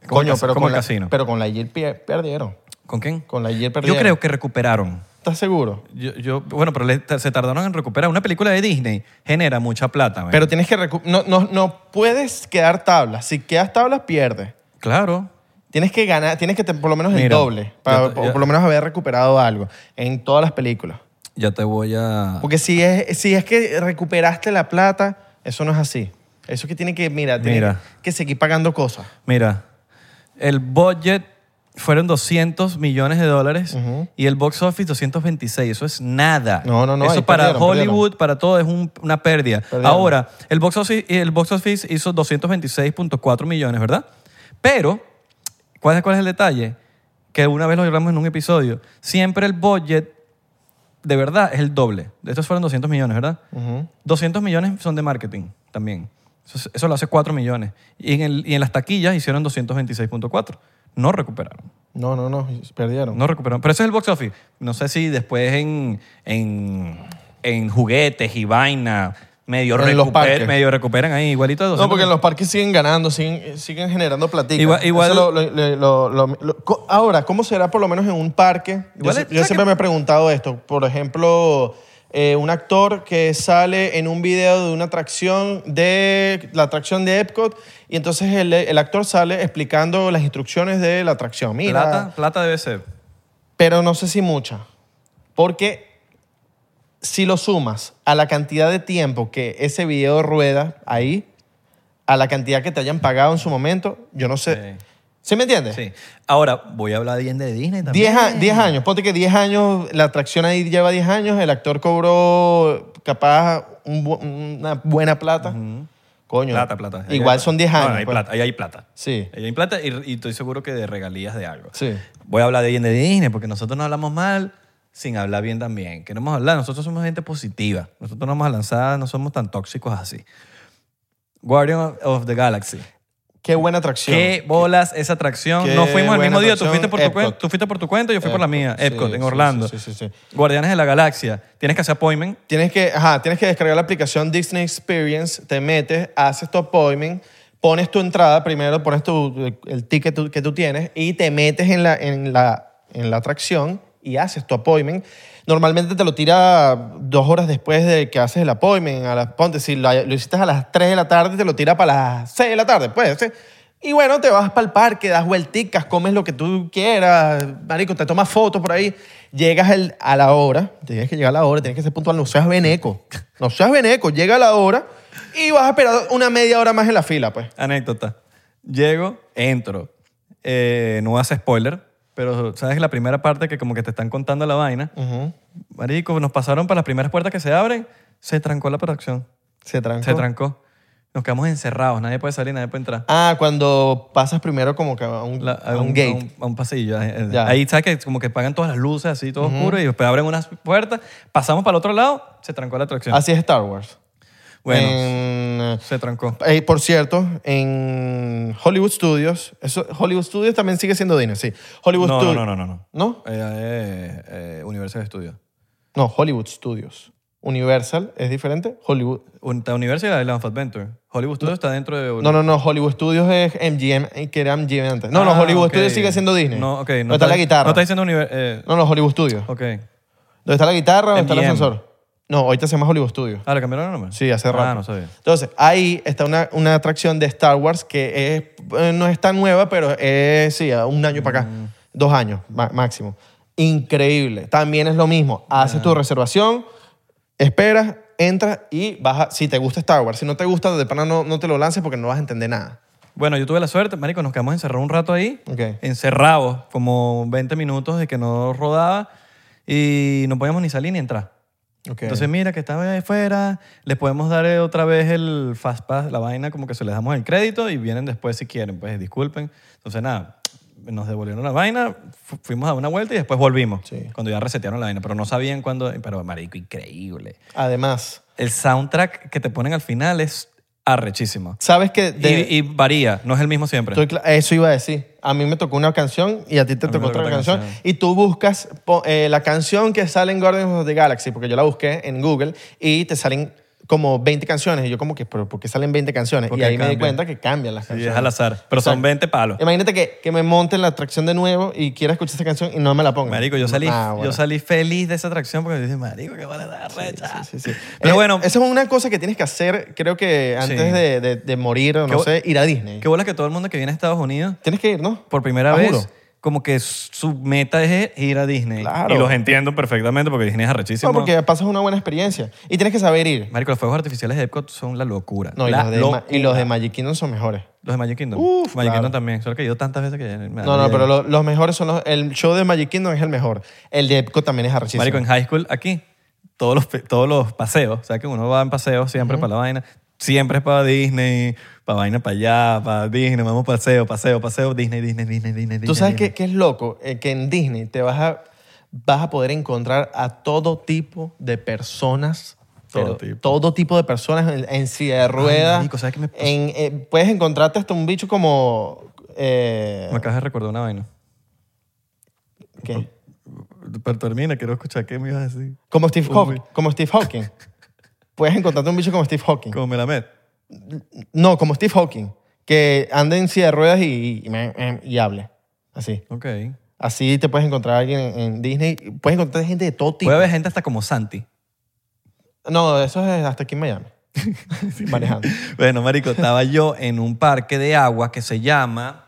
[SPEAKER 1] Es como
[SPEAKER 2] Coño,
[SPEAKER 1] el cas-
[SPEAKER 2] pero
[SPEAKER 1] como
[SPEAKER 2] con,
[SPEAKER 1] el
[SPEAKER 2] la,
[SPEAKER 1] casino.
[SPEAKER 2] pero con la Yield pier- perdieron.
[SPEAKER 1] ¿Con quién?
[SPEAKER 2] Con la Yield
[SPEAKER 1] Yo
[SPEAKER 2] perdieron.
[SPEAKER 1] creo que recuperaron.
[SPEAKER 2] ¿Estás seguro?
[SPEAKER 1] Yo, yo- bueno, pero le- se tardaron en recuperar. Una película de Disney genera mucha plata, weón.
[SPEAKER 2] Pero tienes que... recu- No, no, no puedes quedar tablas. Si quedas tablas, pierdes.
[SPEAKER 1] Claro.
[SPEAKER 2] Tienes que ganar, tienes que te- por lo menos el
[SPEAKER 1] Mira,
[SPEAKER 2] doble,
[SPEAKER 1] yo
[SPEAKER 2] para,
[SPEAKER 1] te- yo-
[SPEAKER 2] o por lo menos haber recuperado algo en todas las películas.
[SPEAKER 1] Ya te voy a...
[SPEAKER 2] Porque si es, si es que recuperaste la plata, eso no es así. Eso es que tiene que, mira, tiene
[SPEAKER 1] Mira.
[SPEAKER 2] que seguir pagando cosas.
[SPEAKER 1] Mira, el budget fueron 200 millones de dólares y el box office 226. Eso es nada.
[SPEAKER 2] No, no, no,
[SPEAKER 1] Eso
[SPEAKER 2] ahí
[SPEAKER 1] para
[SPEAKER 2] perdieron,
[SPEAKER 1] Hollywood, para todo, es un- una pérdida.
[SPEAKER 2] Perdieron.
[SPEAKER 1] Ahora, el box, office, el box office hizo 226.4 millones, ¿verdad? Pero, ¿cuál es, ¿cuál es el detalle? Que una vez lo hablamos en un episodio. Siempre el budget, de verdad, es el doble. Estos fueron 200 millones, ¿verdad? 200 millones son de marketing también. Eso, es- eso lo hace 4 millones. Y en, el- y en las taquillas hicieron 226.4. No recuperaron.
[SPEAKER 2] No, no, no, perdieron.
[SPEAKER 1] No recuperaron. Pero ese es el box office. No sé si después en, en, en juguetes y vaina medio,
[SPEAKER 2] En los
[SPEAKER 1] recuper-
[SPEAKER 2] parques.
[SPEAKER 1] medio recuperan ahí. Igualito de 200
[SPEAKER 2] No, porque en los parques siguen ganando, siguen, eh, siguen generando platica.
[SPEAKER 1] Igual- igual-
[SPEAKER 2] Eso lo- lo- lo- lo- lo- co- ahora, ¿cómo será por lo menos en un parque?
[SPEAKER 1] Igual
[SPEAKER 2] yo
[SPEAKER 1] es-
[SPEAKER 2] si- yo
[SPEAKER 1] o sea
[SPEAKER 2] siempre
[SPEAKER 1] que-
[SPEAKER 2] me he preguntado esto. Por ejemplo, eh, un actor que sale en un video de una atracción de la atracción de Epcot y entonces el, el actor sale explicando las instrucciones de la atracción. Mira,
[SPEAKER 1] plata, plata debe ser.
[SPEAKER 2] pero no sé si mucha. Porque si lo sumas a la cantidad de tiempo que ese video rueda ahí, a la cantidad que te hayan pagado en su momento, yo no sé.
[SPEAKER 1] Sí.
[SPEAKER 2] ¿Sí me entiendes?
[SPEAKER 1] Eh, Sí. Ahora, voy a hablar bien de Disney también.
[SPEAKER 2] 10 a- 10 años, ponte que 10 años, la atracción ahí lleva 10 años, el actor cobró capaz un bu- una buena plata. Coño.
[SPEAKER 1] Plata, plata. Ahí hay
[SPEAKER 2] Igual
[SPEAKER 1] plata.
[SPEAKER 2] son 10
[SPEAKER 1] No,
[SPEAKER 2] años.
[SPEAKER 1] ahí, hay
[SPEAKER 2] pues.
[SPEAKER 1] plata, ahí hay plata.
[SPEAKER 2] Sí.
[SPEAKER 1] Ahí hay plata y, y estoy seguro que de regalías de algo.
[SPEAKER 2] Sí.
[SPEAKER 1] Voy a hablar bien de Disney porque nosotros no hablamos mal sin hablar bien también. Queremos hablar, nosotros somos gente positiva. Nosotros no vamos a lanzar, no somos tan tóxicos así. Guardian of, of the Galaxy.
[SPEAKER 2] Qué buena atracción.
[SPEAKER 1] ¿Qué bolas esa atracción?
[SPEAKER 2] Qué
[SPEAKER 1] no fuimos el
[SPEAKER 2] buena
[SPEAKER 1] mismo día. Tú
[SPEAKER 2] atracción,
[SPEAKER 1] fuiste, por tu
[SPEAKER 2] Epcot.
[SPEAKER 1] cuen- tú fuiste por tu cuenta y yo fui por la mía.
[SPEAKER 2] Sí,
[SPEAKER 1] Epcot,
[SPEAKER 2] Eh, pues, sí,
[SPEAKER 1] en Orlando.
[SPEAKER 2] Sí, sí, sí, sí.
[SPEAKER 1] Guardianes de la Galaxia. Tienes que hacer appointment.
[SPEAKER 2] Tienes que, ajá, tienes que descargar la aplicación Disney Experience, te metes, haces tu appointment, pones tu entrada primero, pones tu, el ticket tu- que tú tienes y te metes en la, en, la, en la atracción y haces tu appointment. Normalmente te lo tira dos horas después de que haces el appointment. A las, ponte, si lo, lo hiciste a las 3 de la tarde, te lo tira para las 6 de la tarde. Pues, ¿sí? Y bueno, te vas para el parque, das vuelticas, comes lo que tú quieras, marico, te tomas fotos por ahí. Llegas el- a la hora, tienes que llegar a la hora, tienes que ser puntual, no seas veneco. No seas veneco, llega a la hora y vas a esperar una media hora más en la fila, pues.
[SPEAKER 1] Anécdota. Llego, entro. Eh, no hace spoiler, pero sabes la primera parte que como que te están contando la vaina. Marico, nos pasaron para las primeras puertas que se abren, se trancó la producción.
[SPEAKER 2] Se trancó.
[SPEAKER 1] Se trancó. Nos quedamos encerrados, nadie puede salir, nadie puede entrar.
[SPEAKER 2] Ah, cuando pasas primero como que a un,
[SPEAKER 1] La-
[SPEAKER 2] a un gate.
[SPEAKER 1] A un, a un pasillo. eh,
[SPEAKER 2] Ya.
[SPEAKER 1] Ahí, ¿sabes? Que como que pagan todas las luces así, todo oscuro, y después abren unas puertas, pasamos para el otro lado, se trancó la atracción.
[SPEAKER 2] Así es Star Wars.
[SPEAKER 1] bueno,
[SPEAKER 2] eh, En-
[SPEAKER 1] se trancó.
[SPEAKER 2] Eh, por cierto, en Hollywood Studios, eso, Hollywood Studios también sigue siendo Disney, sí. Hollywood
[SPEAKER 1] No, no,
[SPEAKER 2] Studios.
[SPEAKER 1] no, no, no. no.
[SPEAKER 2] ¿No?
[SPEAKER 1] Eh, eh, eh, Universal Studios.
[SPEAKER 2] No, Hollywood Studios. Universal es diferente. Hollywood.
[SPEAKER 1] Un- Está Universal Island of Adventure. Hollywood Studios está dentro de...
[SPEAKER 2] No, no, no. Hollywood Studios es MGM, eh, que era MGM antes. No, no,
[SPEAKER 1] Ah,
[SPEAKER 2] Hollywood
[SPEAKER 1] ok.
[SPEAKER 2] Studios sigue siendo Disney.
[SPEAKER 1] No, ok.
[SPEAKER 2] ¿Dónde está la guitarra?
[SPEAKER 1] No está diciendo Universal...
[SPEAKER 2] No, no, Hollywood Studios.
[SPEAKER 1] ok.
[SPEAKER 2] ¿Dónde está la guitarra? ¿Dónde está el
[SPEAKER 1] MGM.
[SPEAKER 2] ascensor? No, ahorita se llama Hollywood Studios.
[SPEAKER 1] Ah, ¿le cambiaron el nombre?
[SPEAKER 2] Sí, hace rato.
[SPEAKER 1] Ah, no sabía.
[SPEAKER 2] Entonces, ahí está una, una atracción de Star Wars que es, eh, no es tan nueva, pero es, sí, a un año para acá,
[SPEAKER 1] Mm.
[SPEAKER 2] dos años ma- máximo. Increíble. También es lo mismo. Haces
[SPEAKER 1] Ah.
[SPEAKER 2] tu reservación, esperas, entras y vas a- si te gusta Star Wars. Si no te gusta, de pana no, no te lo lances porque no vas a entender nada.
[SPEAKER 1] Bueno, yo tuve la suerte, marico, nos quedamos encerrados un rato ahí.
[SPEAKER 2] Ok.
[SPEAKER 1] Encerrados, como 20 minutos de que no rodaba y no podíamos ni salir ni entrar. Entonces, mira, que estaba ahí afuera, les podemos dar eh, otra vez el fast pass, la vaina, como que se les damos el crédito y vienen después si quieren, pues disculpen. Entonces, nada, nos devolvieron la vaina, fu- fuimos a una vuelta y después volvimos.
[SPEAKER 2] Sí.
[SPEAKER 1] Cuando ya resetearon la vaina, pero no sabían cuándo. Pero, marico, increíble.
[SPEAKER 2] Además,
[SPEAKER 1] El soundtrack que te ponen al final es arrechísimo.
[SPEAKER 2] sabes que de-
[SPEAKER 1] y, y varía, no es el mismo siempre.
[SPEAKER 2] Estoy cla- eso iba a decir. A mí me tocó una canción y a ti te
[SPEAKER 1] A mí
[SPEAKER 2] tocó
[SPEAKER 1] me
[SPEAKER 2] otra
[SPEAKER 1] tocó otra
[SPEAKER 2] canción.
[SPEAKER 1] canción.
[SPEAKER 2] Y tú buscas po- eh, la canción que sale en Guardians of the Galaxy, porque yo la busqué en Google y te salen como 20 canciones. Y yo como que, ¿pero por qué salen 20 canciones?
[SPEAKER 1] Porque
[SPEAKER 2] y ahí me di
[SPEAKER 1] cambian.
[SPEAKER 2] cuenta que cambian las
[SPEAKER 1] Y
[SPEAKER 2] canciones.
[SPEAKER 1] es al azar. Pero son
[SPEAKER 2] Exacto.
[SPEAKER 1] 20 palos.
[SPEAKER 2] Imagínate que, que me monten la atracción de nuevo y quiera escuchar esa canción y no me la pongan.
[SPEAKER 1] Marico, yo salí,
[SPEAKER 2] Ah, bueno.
[SPEAKER 1] yo salí feliz de esa atracción porque dije, marico, qué buena la recha.
[SPEAKER 2] Sí, sí.
[SPEAKER 1] Pero
[SPEAKER 2] Eh,
[SPEAKER 1] bueno,
[SPEAKER 2] Esa es una cosa que tienes que hacer, creo que antes
[SPEAKER 1] Sí.
[SPEAKER 2] de, de- de morir, o
[SPEAKER 1] Qué
[SPEAKER 2] no
[SPEAKER 1] bu-
[SPEAKER 2] sé, ir a Disney.
[SPEAKER 1] qué bola que todo el mundo que viene a Estados Unidos
[SPEAKER 2] Tienes que ir, ¿no?
[SPEAKER 1] por primera
[SPEAKER 2] Ah,
[SPEAKER 1] vez,
[SPEAKER 2] juro.
[SPEAKER 1] como que su meta es ir a Disney.
[SPEAKER 2] Claro.
[SPEAKER 1] Y los entiendo perfectamente porque Disney es arrechísimo.
[SPEAKER 2] No, porque pasas una buena experiencia. Y tienes que saber ir.
[SPEAKER 1] Marico, los fuegos artificiales de Epcot son la locura.
[SPEAKER 2] No, y,
[SPEAKER 1] La
[SPEAKER 2] los de,
[SPEAKER 1] locura.
[SPEAKER 2] Ma- y los de Magic Kingdom son mejores.
[SPEAKER 1] Los de Magic Kingdom.
[SPEAKER 2] Uf,
[SPEAKER 1] Magic
[SPEAKER 2] claro.
[SPEAKER 1] Kingdom también. Solo que yo tantas veces que me da
[SPEAKER 2] No, no,
[SPEAKER 1] miedo.
[SPEAKER 2] pero lo- los mejores son los... El show de Magic Kingdom es el mejor. El de Epcot también es arrechísimo.
[SPEAKER 1] Marico, en high school, aquí, todos los, pe- todos los paseos, o sea que uno va en paseos siempre para la vaina, siempre es para Disney, para vaina para allá, para Disney, vamos paseo, paseo, paseo, Disney, Disney, Disney, Disney.
[SPEAKER 2] ¿Tú
[SPEAKER 1] Disney,
[SPEAKER 2] sabes qué,
[SPEAKER 1] Disney.
[SPEAKER 2] qué es loco? Eh, que en Disney te vas a, vas a poder encontrar a todo tipo de personas.
[SPEAKER 1] Todo
[SPEAKER 2] pero
[SPEAKER 1] tipo.
[SPEAKER 2] todo tipo de personas en, en silla de ruedas.
[SPEAKER 1] marico, ¿sabes qué me pasó?
[SPEAKER 2] en- eh, puedes encontrarte hasta un bicho como... eh,
[SPEAKER 1] Me acabas de recordar una vaina.
[SPEAKER 2] ¿qué?
[SPEAKER 1] Pero termina, quiero escuchar qué me ibas a decir.
[SPEAKER 2] Como Steve
[SPEAKER 1] Un
[SPEAKER 2] Hawking. Como Steve Hawking. puedes encontrarte un bicho como Steve Hawking.
[SPEAKER 1] Como me la met.
[SPEAKER 2] No, como Steve Hawking, que anda en silla de ruedas y, y, me- me- y hable. Así.
[SPEAKER 1] Ok.
[SPEAKER 2] Así te puedes encontrar a alguien en, en Disney. Puedes encontrar gente de todo tipo.
[SPEAKER 1] Puede haber gente hasta como Santi.
[SPEAKER 2] No, eso es hasta aquí en Miami. Manejando.
[SPEAKER 1] Bueno, marico, estaba yo en un parque de agua que se llama...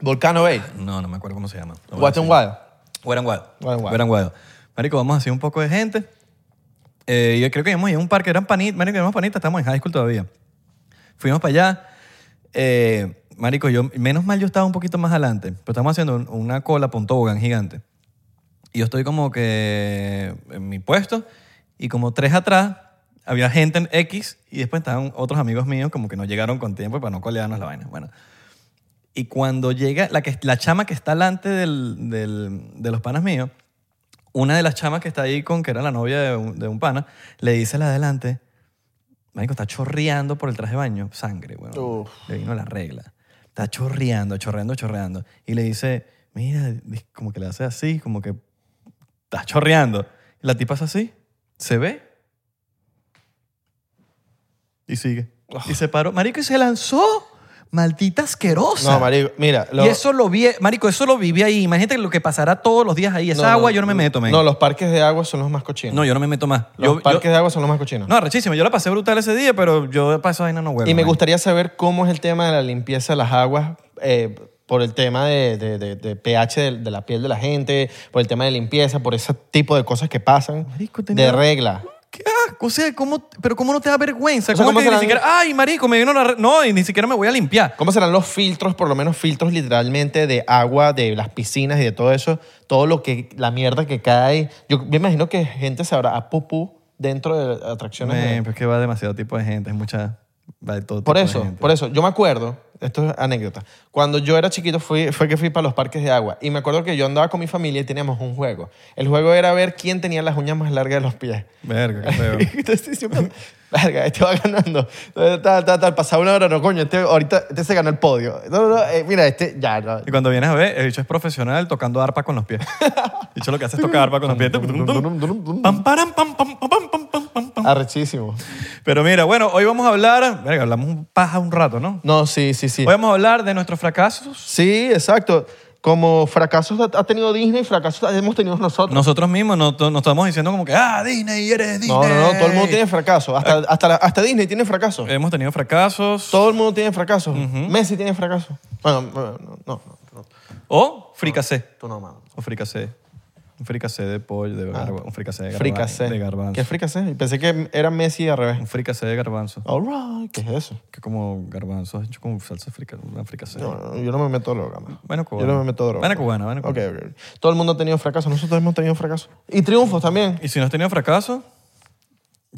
[SPEAKER 2] Volcano Bay.
[SPEAKER 1] No, no me acuerdo cómo se llama. No voy a
[SPEAKER 2] What
[SPEAKER 1] decir.
[SPEAKER 2] and Wild.
[SPEAKER 1] Guaranguado.
[SPEAKER 2] Guaranguado.
[SPEAKER 1] Guaranguado. marico, vamos a hacer un poco de gente. Eh, yo creo que íbamos a ir a un parque, eran panitas, marico, éramos panitas, estábamos en high school todavía. Fuimos para allá. Eh, marico, yo, menos mal yo estaba un poquito más adelante, pero estamos haciendo un- una cola con tobogán gigante. Y yo estoy como que en mi puesto y como tres atrás había gente en X y después estaban otros amigos míos como que no llegaron con tiempo para no colearnos la vaina. Bueno, y cuando llega la, que, la chama que está delante del- del- de los panas míos, una de las chamas que está ahí con que era la novia de un, de un pana, le dice a la de adelante, Marico, está chorreando por el traje de baño, sangre, weón.
[SPEAKER 2] Uf.
[SPEAKER 1] Le vino la regla. Está chorreando, chorreando, chorreando. Y le dice, mira, dis- como que le hace así, como que está chorreando. Y la tipa hace así, se ve y sigue. Y se paró, Marico, y se lanzó. Maldita asquerosa.
[SPEAKER 2] No, marico, mira. lo-
[SPEAKER 1] Y eso lo vi, marico, eso lo viví ahí. Imagínate lo que pasará todos los días ahí. Esa
[SPEAKER 2] no, no,
[SPEAKER 1] agua yo no me meto, men.
[SPEAKER 2] No, los parques de agua son los más cochinos.
[SPEAKER 1] No, yo no me meto más.
[SPEAKER 2] los
[SPEAKER 1] Yo- yo-
[SPEAKER 2] parques de agua son los más cochinos.
[SPEAKER 1] no, rechísimo. Yo la pasé brutal ese día, pero yo paso ahí no no huevo.
[SPEAKER 2] y me
[SPEAKER 1] man.
[SPEAKER 2] gustaría saber cómo es el tema de la limpieza de las aguas eh, por el tema de, de- de- de pH de, de la piel de la gente, por el tema de limpieza, por ese tipo de cosas que pasan
[SPEAKER 1] Marico, tenía-
[SPEAKER 2] de regla.
[SPEAKER 1] Qué asco, o sea, ¿cómo, pero ¿cómo no te da vergüenza?
[SPEAKER 2] O sea,
[SPEAKER 1] ¿Cómo
[SPEAKER 2] ¿cómo
[SPEAKER 1] es que
[SPEAKER 2] se
[SPEAKER 1] ni
[SPEAKER 2] la-
[SPEAKER 1] siquiera, ay, marico, me vino la... re- No, y ni siquiera me voy a limpiar.
[SPEAKER 2] ¿Cómo serán los filtros, por lo menos filtros literalmente de agua, de las piscinas y de todo eso? Todo lo que, la mierda que cae. Yo me imagino que gente se habrá a pupú dentro de atracciones. de-
[SPEAKER 1] Man, pero es pues que va demasiado tipo de gente, es mucha... Va de todo
[SPEAKER 2] Por
[SPEAKER 1] tipo de
[SPEAKER 2] eso,
[SPEAKER 1] gente.
[SPEAKER 2] por eso, yo me acuerdo, esto es anécdota, cuando yo era chiquito fui, fue que fui para los parques de agua y me acuerdo que yo andaba con mi familia y teníamos un juego. El juego era ver quién tenía las uñas más largas de los pies.
[SPEAKER 1] Verga, qué feo.
[SPEAKER 2] Entonces yo me- verga, este va ganando. Entonces, Tal, tal, tal, pasaba una hora, no, coño, este ahorita este se ganó el podio. No, no, no, eh, mira, este, ya, no.
[SPEAKER 1] Y cuando vienes a ver, el bicho es profesional tocando arpa con los pies. El bicho lo que hace es tocar arpa con los pies. Pam, param, pam, pam, pam, pam, pam, pam, pam.
[SPEAKER 2] Arrechísimo.
[SPEAKER 1] Pero mira, bueno, hoy vamos a hablar... Verga, hablamos un paja un rato, ¿no?
[SPEAKER 2] No, sí, sí, sí.
[SPEAKER 1] Hoy vamos a hablar de nuestros fracasos.
[SPEAKER 2] Sí, exacto. Como fracasos ha ha tenido Disney, fracasos hemos tenido nosotros.
[SPEAKER 1] Nosotros mismos no, no estamos diciendo como que, ah, Disney, eres Disney.
[SPEAKER 2] No, no, no, todo el mundo tiene fracaso. Hasta, hasta, la- hasta Disney tiene fracaso.
[SPEAKER 1] Hemos tenido fracasos
[SPEAKER 2] Todo el mundo tiene fracaso. Messi tiene fracaso. Bueno, no, no, no, no,
[SPEAKER 1] o fricasé.
[SPEAKER 2] tú no, mano.
[SPEAKER 1] O fricasé. Un fricasé de pollo, de garba- un fricasé de, garba-
[SPEAKER 2] Ah. Fricasé.
[SPEAKER 1] de
[SPEAKER 2] ¿Qué
[SPEAKER 1] garbanzo.
[SPEAKER 2] es fricasé? Pensé que era Messi al revés.
[SPEAKER 1] Un fricasé de garbanzo.
[SPEAKER 2] All right, ¿qué es eso?
[SPEAKER 1] Que como garbanzo hecho con salsa frica, una fricasé.
[SPEAKER 2] No, no, yo no me meto droga, mano.
[SPEAKER 1] Bueno, cubana.
[SPEAKER 2] Yo no me meto droga.
[SPEAKER 1] Bueno, cubana, bueno,
[SPEAKER 2] Ok,
[SPEAKER 1] cubana.
[SPEAKER 2] ok. Todo el mundo ha tenido fracaso. Nosotros hemos tenido fracaso. Y triunfos también.
[SPEAKER 1] Y si no has tenido fracaso,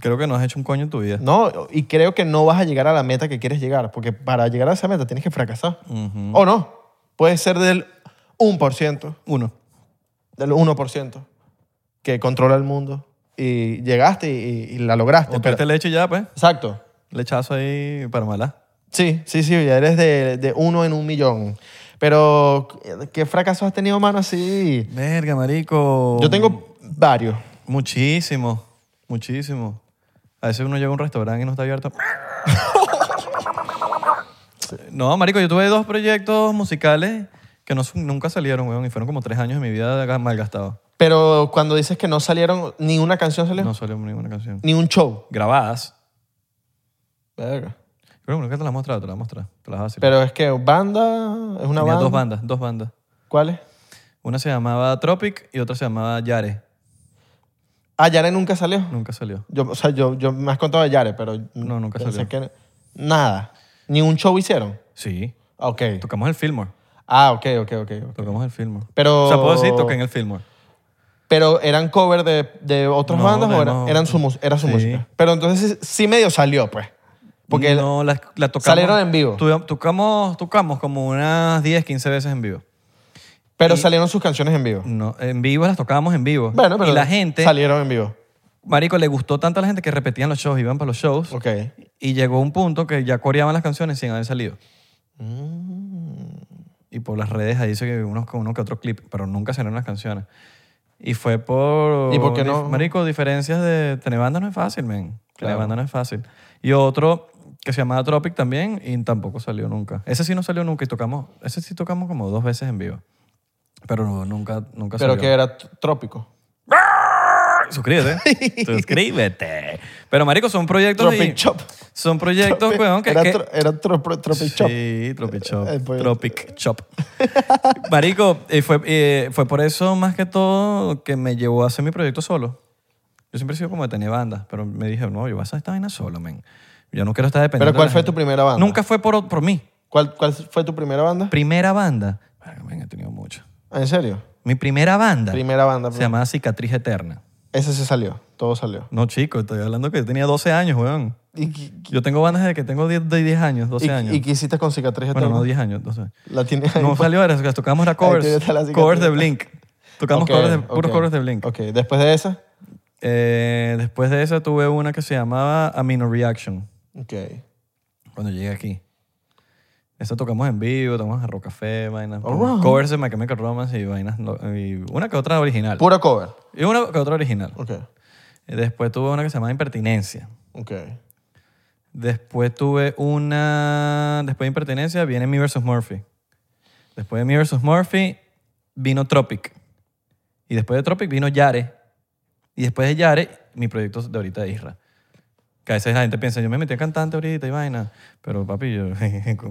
[SPEAKER 1] creo que no has hecho un coño en tu vida.
[SPEAKER 2] No, y creo que no vas a llegar a la meta que quieres llegar, porque para llegar a esa meta tienes que fracasar. O no. Puede ser del 1%.
[SPEAKER 1] Uno.
[SPEAKER 2] del 1% que controla el mundo y llegaste y, y la lograste.
[SPEAKER 1] O
[SPEAKER 2] pero-
[SPEAKER 1] te leche y ya, pues.
[SPEAKER 2] exacto.
[SPEAKER 1] Lechazo ahí para mala.
[SPEAKER 2] Sí, sí, sí, ya eres de, de uno en un millón. Pero, ¿qué fracasos has tenido, mano? Sí.
[SPEAKER 1] Verga, marico.
[SPEAKER 2] Yo tengo varios.
[SPEAKER 1] Muchísimo, muchísimo. A veces uno llega a un restaurante y no está abierto. No, marico, yo tuve dos proyectos musicales que no, su- nunca salieron, weón, y fueron como tres años de mi vida ga- malgastados.
[SPEAKER 2] Pero cuando dices que no salieron, ni una canción salió,
[SPEAKER 1] No salió ninguna canción.
[SPEAKER 2] ni un show.
[SPEAKER 1] Grabadas.
[SPEAKER 2] Verga.
[SPEAKER 1] Creo que nunca te las he mostrado, te las mostré. Te las voy a decir.
[SPEAKER 2] Pero es que banda, es una
[SPEAKER 1] Tenía
[SPEAKER 2] banda.
[SPEAKER 1] dos bandas, dos bandas.
[SPEAKER 2] ¿Cuál es?
[SPEAKER 1] Una se llamaba Tropic y otra se llamaba Yare.
[SPEAKER 2] Ah, Yare nunca salió.
[SPEAKER 1] Nunca salió.
[SPEAKER 2] Yo, o sea, yo, yo me has contado de Yare, pero...
[SPEAKER 1] No, nunca
[SPEAKER 2] pensé que- nada. Ni un show hicieron.
[SPEAKER 1] Sí.
[SPEAKER 2] Ok.
[SPEAKER 1] Tocamos el Fillmore.
[SPEAKER 2] Ah, ok, ok, ok. ok.
[SPEAKER 1] Tocamos el Fillmore.
[SPEAKER 2] Pero-
[SPEAKER 1] O sea, puedo decir, toqué en el Fillmore.
[SPEAKER 2] Pero eran cover de, de otras
[SPEAKER 1] No,
[SPEAKER 2] bandas o
[SPEAKER 1] de
[SPEAKER 2] era,
[SPEAKER 1] no.
[SPEAKER 2] eran su, mus- era su
[SPEAKER 1] Sí.
[SPEAKER 2] música. Pero entonces sí medio salió, pues. Porque
[SPEAKER 1] no, la, la tocamos.
[SPEAKER 2] salieron en vivo.
[SPEAKER 1] Tu- Tocamos, tocamos como unas 10, 15 veces en vivo.
[SPEAKER 2] pero salieron sus canciones en vivo.
[SPEAKER 1] No, en vivo las tocábamos en vivo.
[SPEAKER 2] Bueno, pero
[SPEAKER 1] y la gente,
[SPEAKER 2] salieron en vivo.
[SPEAKER 1] marico, le gustó tanto a la gente que repetían los shows, iban para los shows.
[SPEAKER 2] Ok.
[SPEAKER 1] Y llegó un punto que ya coreaban las canciones sin haber salido.
[SPEAKER 2] Mm.
[SPEAKER 1] Y por las redes ahí dice que unos con uno que otro clip, pero nunca salieron las canciones. Y fue por...
[SPEAKER 2] ¿Y por qué no?
[SPEAKER 1] dif- Marico, diferencias de... Tener banda no es fácil, men. Tener
[SPEAKER 2] Claro.
[SPEAKER 1] banda no es fácil. Y otro que se llamaba Tropic también y tampoco salió nunca. Ese sí no salió nunca y tocamos... Ese sí tocamos como dos veces en vivo. Pero no, nunca, nunca
[SPEAKER 2] Pero
[SPEAKER 1] salió.
[SPEAKER 2] que era t- trópico.
[SPEAKER 1] Suscríbete. Suscríbete. Pero, marico, son proyectos...
[SPEAKER 2] Tropic
[SPEAKER 1] y-
[SPEAKER 2] Chop.
[SPEAKER 1] Son proyectos, weón, que...
[SPEAKER 2] era
[SPEAKER 1] que-
[SPEAKER 2] tro- era tro- pro- tropichop.
[SPEAKER 1] Sí, Tropic Chop.
[SPEAKER 2] Eh, pues-
[SPEAKER 1] Tropic Chop. Marico, eh, fue, eh, fue por eso más que todo que me llevó a hacer mi proyecto solo. Yo siempre he sido como de tener bandas, pero me dije, no, yo voy a hacer esta vaina solo, men. Yo no quiero estar dependiendo.
[SPEAKER 2] ¿Pero
[SPEAKER 1] de
[SPEAKER 2] cuál
[SPEAKER 1] la
[SPEAKER 2] fue
[SPEAKER 1] gente.
[SPEAKER 2] tu primera banda?
[SPEAKER 1] Nunca fue por, por mí.
[SPEAKER 2] ¿Cuál, cuál fue tu primera banda? Ah,
[SPEAKER 1] Primera banda. Marico, men, he tenido mucho.
[SPEAKER 2] ¿En serio?
[SPEAKER 1] Mi primera banda
[SPEAKER 2] Primera banda.
[SPEAKER 1] se llamaba Cicatriz Eterna.
[SPEAKER 2] Ese se salió. Todo salió.
[SPEAKER 1] No, chico, estoy hablando que yo tenía 12 años, weón.
[SPEAKER 2] ¿Y, qué-
[SPEAKER 1] Yo tengo bandas desde que tengo 10, de 10 años, 12
[SPEAKER 2] y-
[SPEAKER 1] años.
[SPEAKER 2] y qué hiciste con cicatriz
[SPEAKER 1] bueno,
[SPEAKER 2] eterna?
[SPEAKER 1] no 10 años, 12 años.
[SPEAKER 2] La tienes ahí. pues.
[SPEAKER 1] No salió era que tocamos era
[SPEAKER 2] Ahí
[SPEAKER 1] covers.
[SPEAKER 2] está la cicatriz.
[SPEAKER 1] Covers de Blink. Tocamos
[SPEAKER 2] Ok,
[SPEAKER 1] covers de, puros
[SPEAKER 2] ok.
[SPEAKER 1] covers de Blink.
[SPEAKER 2] Ok, después de esa.
[SPEAKER 1] Eh, después de esa tuve una que se llamaba A Minor Reaction,
[SPEAKER 2] Ok.
[SPEAKER 1] cuando llegué aquí. Esa tocamos en vivo, tocamos a Rock Café, vainas.
[SPEAKER 2] Alright.
[SPEAKER 1] Covers de My Chemical Romance y vainas. lo- y una que otra original.
[SPEAKER 2] Puro cover.
[SPEAKER 1] Y una que otra original.
[SPEAKER 2] Ok.
[SPEAKER 1] Eh, Después tuve una que se llamaba Impertinencia.
[SPEAKER 2] Ok.
[SPEAKER 1] Eh, Después tuve una... Después de Impertinencia viene Mi vs. Murphy. Después de Mi vs. Murphy vino Tropic. Y después de Tropic vino Yare. Y después de Yare, mi proyecto de ahorita de Isra. Que a veces la gente piensa, yo me metí a cantante ahorita y vaina. Pero papi, yo,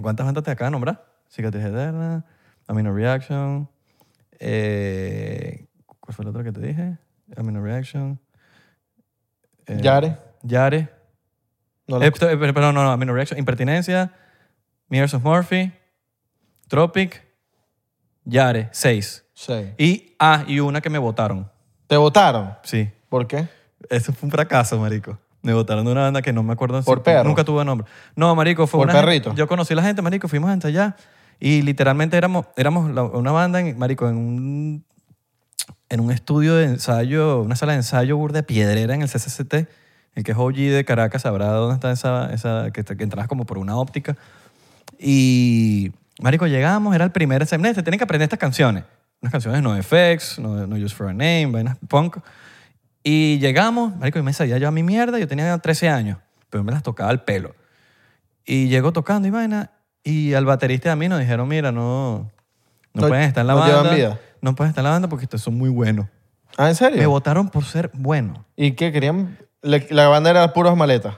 [SPEAKER 1] ¿cuántas bandas te acá de nombrar? Cicatriz Eterna, Amino Reaction. eh, ¿Cuál fue el otro que te dije? Amino Reaction. eh,
[SPEAKER 2] Yare.
[SPEAKER 1] Yare.
[SPEAKER 2] No la-
[SPEAKER 1] Eh, pero- pero- pero no, no, Amino Reaction. Impertinencia, Mirrors of Murphy, Tropic, Yare, seis.
[SPEAKER 2] Sí.
[SPEAKER 1] Y, ah, y una que me votaron.
[SPEAKER 2] ¿Te votaron?
[SPEAKER 1] Sí.
[SPEAKER 2] ¿Por qué?
[SPEAKER 1] Eso fue un fracaso, marico. Me votaron de una banda que no me acuerdo.
[SPEAKER 2] Por perro.
[SPEAKER 1] Nunca tuve nombre. No, marico, fue
[SPEAKER 2] Por
[SPEAKER 1] una...
[SPEAKER 2] perrito.
[SPEAKER 1] Yo conocí a la gente, marico, fuimos a ensayar y literalmente éramos, éramos la- una banda, en, marico, en un, en un estudio de ensayo, una sala de ensayo burda de piedrera en el CCCT. El que es OG de Caracas sabrá dónde está esa, esa que, te- que entras como por una óptica. Y, marico, llegamos, era el primer semestre, tienen que aprender estas canciones. Unas canciones no FX, no, no Use for a Name, vainas punk. Y llegamos, marico, yo me sabía yo a mi mierda, yo tenía 13 años, pero me las tocaba al pelo. Y llegó tocando y vaina, y al baterista y a mí nos dijeron, mira, no, no,
[SPEAKER 2] No-
[SPEAKER 1] pueden estar en la
[SPEAKER 2] no llevan
[SPEAKER 1] banda.
[SPEAKER 2] vida.
[SPEAKER 1] No pueden estar en la banda porque ustedes son muy buenos.
[SPEAKER 2] Ah, ¿en
[SPEAKER 1] Me
[SPEAKER 2] serio?
[SPEAKER 1] votaron por ser bueno.
[SPEAKER 2] ¿Y qué querían? Le- la banda era puros maletas.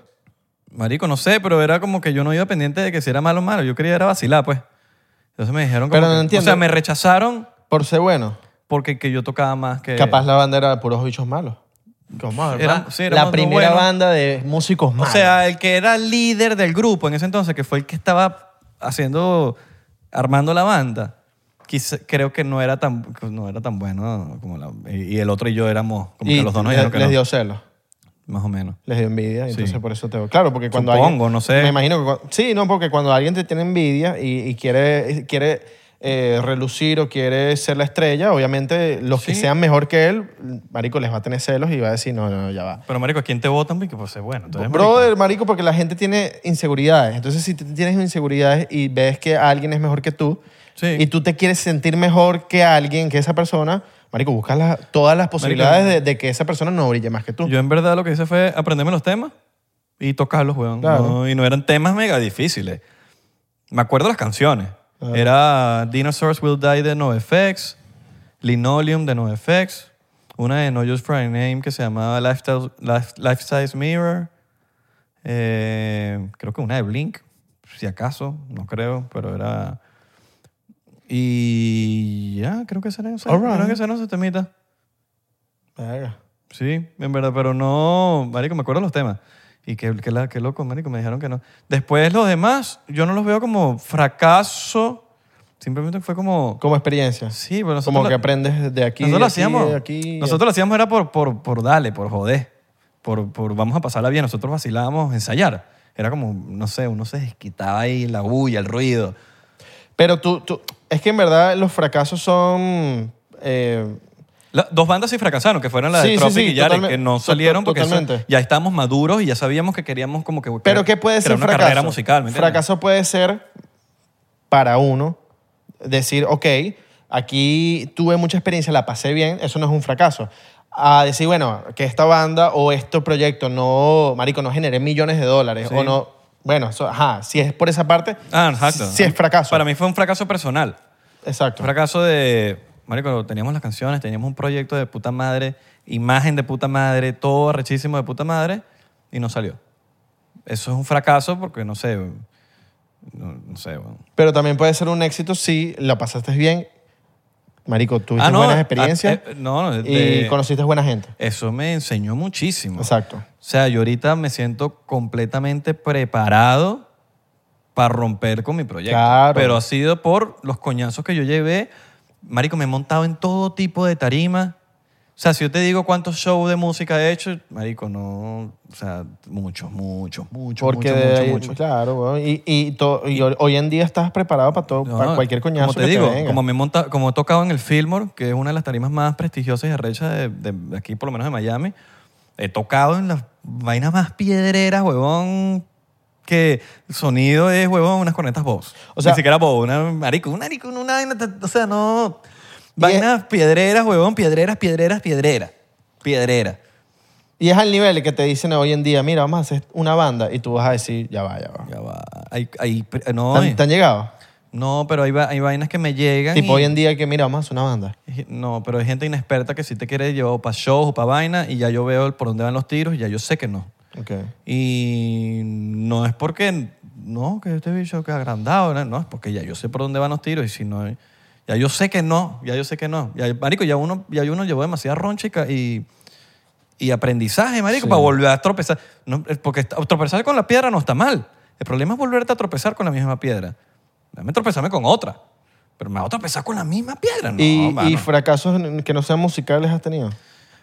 [SPEAKER 1] Marico, no sé, pero era como que yo no iba pendiente de que si era malo o malo. Yo quería era vacilar, pues. Entonces me dijeron como
[SPEAKER 2] Pero no
[SPEAKER 1] que-
[SPEAKER 2] entiendo.
[SPEAKER 1] O sea, me rechazaron
[SPEAKER 2] Por ser bueno.
[SPEAKER 1] porque que yo tocaba más que...
[SPEAKER 2] Capaz la banda era de puros bichos malos. ¿Cómo?
[SPEAKER 1] Eh. Era-
[SPEAKER 2] hermano?
[SPEAKER 1] sí, éramos
[SPEAKER 2] la
[SPEAKER 1] dos
[SPEAKER 2] primera
[SPEAKER 1] buenos.
[SPEAKER 2] banda de músicos
[SPEAKER 1] O
[SPEAKER 2] malos.
[SPEAKER 1] sea, el que era líder del grupo en ese entonces, que fue el que estaba haciendo, armando la banda, quizá- creo que no era tan, pues, no era tan bueno como la- y y el otro y yo éramos como
[SPEAKER 2] y
[SPEAKER 1] que los dos nos
[SPEAKER 2] le-
[SPEAKER 1] dijeron que
[SPEAKER 2] les
[SPEAKER 1] no.
[SPEAKER 2] dio celos.
[SPEAKER 1] más o menos.
[SPEAKER 2] Les dio envidia, y
[SPEAKER 1] Sí.
[SPEAKER 2] entonces por eso te... Claro, porque cuando
[SPEAKER 1] Supongo,
[SPEAKER 2] alguien-
[SPEAKER 1] no sé.
[SPEAKER 2] Me imagino que... cu- Sí, no, porque cuando alguien te tiene envidia y, y quiere, quiere eh, relucir o quiere ser la estrella, obviamente los que
[SPEAKER 1] Sí.
[SPEAKER 2] sean mejor que él, marico, les va a tener celos y va a decir, no, no, no, ya va.
[SPEAKER 1] Pero marico, ¿a quién te votan? Porque pues es bueno. Entonces, marico,
[SPEAKER 2] Brother, marico, porque la gente tiene inseguridades. Entonces, si tú tienes inseguridades y ves que alguien es mejor que tú
[SPEAKER 1] Sí.
[SPEAKER 2] y tú te quieres sentir mejor que alguien, que esa persona, marico, buscas las- todas las posibilidades de, de que esa persona no brille más que tú.
[SPEAKER 1] yo en verdad lo que hice fue aprenderme los temas y tocarlos, weón.
[SPEAKER 2] Claro.
[SPEAKER 1] No, y no eran temas mega difíciles. Me acuerdo las canciones. Era Dinosaurs Will Die de NoFX, Linoleum de NoFX, una de No Use for a Name que se llamaba Lifestyle- Life, Life Size Mirror, eh, creo que una de Blink, si acaso, no creo, pero era... Y ya, creo que serán esos,
[SPEAKER 2] Alright.
[SPEAKER 1] creo que serán esos temitas.
[SPEAKER 2] Verga.
[SPEAKER 1] Sí, en verdad, pero no, marico, me acuerdo los temas. Y qué, qué la- qué loco, marico, me dijeron que no. Después los demás, yo no los veo como fracaso. Simplemente fue como...
[SPEAKER 2] Como experiencia.
[SPEAKER 1] Sí, pero nosotros,
[SPEAKER 2] Como que
[SPEAKER 1] lo-
[SPEAKER 2] aprendes de aquí.
[SPEAKER 1] nosotros
[SPEAKER 2] de
[SPEAKER 1] lo
[SPEAKER 2] aquí,
[SPEAKER 1] hacíamos.
[SPEAKER 2] de aquí.
[SPEAKER 1] nosotros lo hacíamos era por, por, por darle, por joder. Por, por vamos a pasarla bien. Nosotros vacilábamos ensayar. Era como, no sé, uno se desquitaba ahí la bulla, el ruido.
[SPEAKER 2] Pero tú, tú- es que en verdad los fracasos son... eh,
[SPEAKER 1] La- dos bandas sí fracasaron, que fueron la
[SPEAKER 2] Sí,
[SPEAKER 1] de
[SPEAKER 2] sí,
[SPEAKER 1] Tropic
[SPEAKER 2] sí,
[SPEAKER 1] y Yare,
[SPEAKER 2] totalme-
[SPEAKER 1] que no
[SPEAKER 2] to-
[SPEAKER 1] salieron porque eso-
[SPEAKER 2] totalmente.
[SPEAKER 1] ya estábamos maduros y ya sabíamos que queríamos como que...
[SPEAKER 2] Pero ¿qué puede
[SPEAKER 1] crear
[SPEAKER 2] ser
[SPEAKER 1] una
[SPEAKER 2] fracaso?
[SPEAKER 1] carrera musical, ¿me entiendes?
[SPEAKER 2] Fracaso puede ser para uno decir, ok, aquí tuve mucha experiencia, la pasé bien, eso no es un fracaso. A decir, bueno, que esta banda o este proyecto no, marico, no generé millones de dólares
[SPEAKER 1] Sí.
[SPEAKER 2] o no... Bueno, eso, ajá, si es por esa parte,
[SPEAKER 1] Ah, exacto.
[SPEAKER 2] si es fracaso.
[SPEAKER 1] Para mí fue un fracaso personal.
[SPEAKER 2] Exacto.
[SPEAKER 1] Un fracaso de. Marico, teníamos las canciones, teníamos un proyecto de puta madre, imagen de puta madre, todo rechísimo de puta madre, y no salió. eso es un fracaso porque no sé. No, no sé, bueno.
[SPEAKER 2] Pero también puede ser un éxito si la pasaste bien. Marico, tuviste
[SPEAKER 1] no,
[SPEAKER 2] buenas
[SPEAKER 1] ah,
[SPEAKER 2] experiencias
[SPEAKER 1] eh, no, no,
[SPEAKER 2] y
[SPEAKER 1] de-
[SPEAKER 2] conociste buena gente.
[SPEAKER 1] Eso me enseñó muchísimo.
[SPEAKER 2] Exacto.
[SPEAKER 1] O sea, yo ahorita me siento completamente preparado para romper con mi proyecto.
[SPEAKER 2] Claro.
[SPEAKER 1] Pero ha sido por los coñazos que yo llevé. Marico, me he montado en todo tipo de tarima. O sea, si yo te digo cuántos shows de música he hecho, marico, no... O sea, muchos, muchos, muchos,
[SPEAKER 2] Porque
[SPEAKER 1] muchos,
[SPEAKER 2] de
[SPEAKER 1] muchos,
[SPEAKER 2] ahí-
[SPEAKER 1] muchos.
[SPEAKER 2] claro, weón. y, y, to- y hoy- hoy en día estás preparado para todo,
[SPEAKER 1] No,
[SPEAKER 2] para cualquier coñazo
[SPEAKER 1] Como te
[SPEAKER 2] que
[SPEAKER 1] digo,
[SPEAKER 2] venga.
[SPEAKER 1] como, me he monta- como he tocado en el Fillmore, que es una de las tarimas más prestigiosas y arrechas de, de aquí, por lo menos de Miami, he tocado en las vainas más piedreras, huevón, que el sonido es, huevón, unas cornetas Boss.
[SPEAKER 2] O sea-
[SPEAKER 1] Ni siquiera Boss, una marico, una marico, una vaina, ta- o sea, no... Vainas piedreras, huevón, piedreras, piedreras, piedreras. Piedreras.
[SPEAKER 2] Y es al nivel que te dicen hoy en día, mira, vamos a hacer una banda y tú vas a decir, ya va, ya va.
[SPEAKER 1] Ya va. Hay, hay- no,
[SPEAKER 2] ¿Te han- ¿Te han llegado?
[SPEAKER 1] no, pero hay, va- hay vainas que me llegan
[SPEAKER 2] Tipo
[SPEAKER 1] y-
[SPEAKER 2] hoy en día que, mira, vamos a hacer una banda.
[SPEAKER 1] No, pero hay gente inexperta que sí te quiere llevar para shows o para vaina y ya yo veo el- por dónde van los tiros y ya yo sé que no.
[SPEAKER 2] Okay.
[SPEAKER 1] Y no es porque, no, que este bicho que agrandado, no, no, es porque ya yo sé por dónde van los tiros y si no, ya yo sé que no, ya yo sé que no. Ya, marico, ya uno, ya uno llevó demasiada roncha y ca- y, y aprendizaje, marico,
[SPEAKER 2] Sí.
[SPEAKER 1] para volver a tropezar. No, es porque esta- tropezar con la piedra no está mal. El problema es volverte a tropezar con la misma piedra. Dame tropezarme con otra. Pero me voy a tropezar con la misma piedra. No,
[SPEAKER 2] y, y
[SPEAKER 1] mano.
[SPEAKER 2] fracasos en- que no sean musicales has tenido?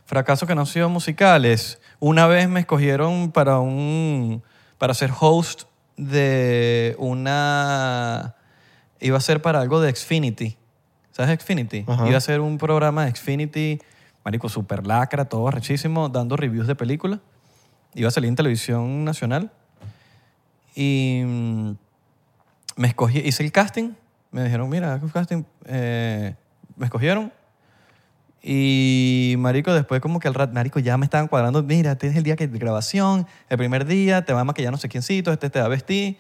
[SPEAKER 1] Fracasos que no han sido musicales. Una vez me escogieron para un para ser host de una iba a ser para algo de Xfinity. ¿Sabes Xfinity?
[SPEAKER 2] Ajá.
[SPEAKER 1] Iba a ser un programa de Xfinity, marico, super lacra, todo rechísimo, dando reviews de películas. Iba a salir en televisión nacional y mm, me escogí, hice el casting, me dijeron, mira, haz un casting, eh, me escogieron y marico, después como que al rato, marico, ya me estaban cuadrando, mira, tienes el día que de grabación, el primer día, te va a maquillar no sé quiéncito, este te va a vestir,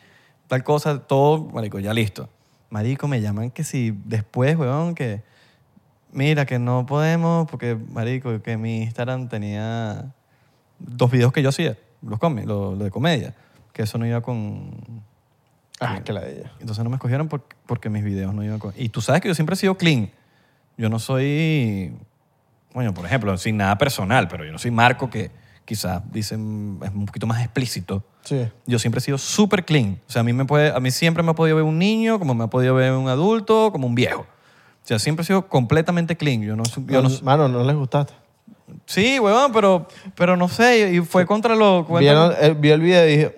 [SPEAKER 1] tal cosa, todo, marico, ya listo. Marico, me llaman que si después, weón, que mira, que no podemos porque, marico, que mi Instagram tenía dos videos que yo hacía, los comi, lo, lo de comedia, que eso no iba con...
[SPEAKER 2] Ah, que la de ella.
[SPEAKER 1] Eh, Entonces no me escogieron por- porque, mis videos no iban con... Y tú sabes que yo siempre he sido clean. Yo no soy... Bueno, por ejemplo, sin nada personal, pero yo no soy Marco que quizás dicen es un poquito más explícito.
[SPEAKER 2] Sí.
[SPEAKER 1] Yo siempre he sido súper clean. O sea, a mí, me puede, a mí siempre me ha podido ver un niño, como me ha podido ver un adulto, como un viejo. O sea, siempre he sido completamente clean. Yo no, su- yo no su-
[SPEAKER 2] Mano, no les gustaste.
[SPEAKER 1] sí, huevón, pero, pero no sé. Y fue contra los...
[SPEAKER 2] Vieron, eh, vio el video y dije,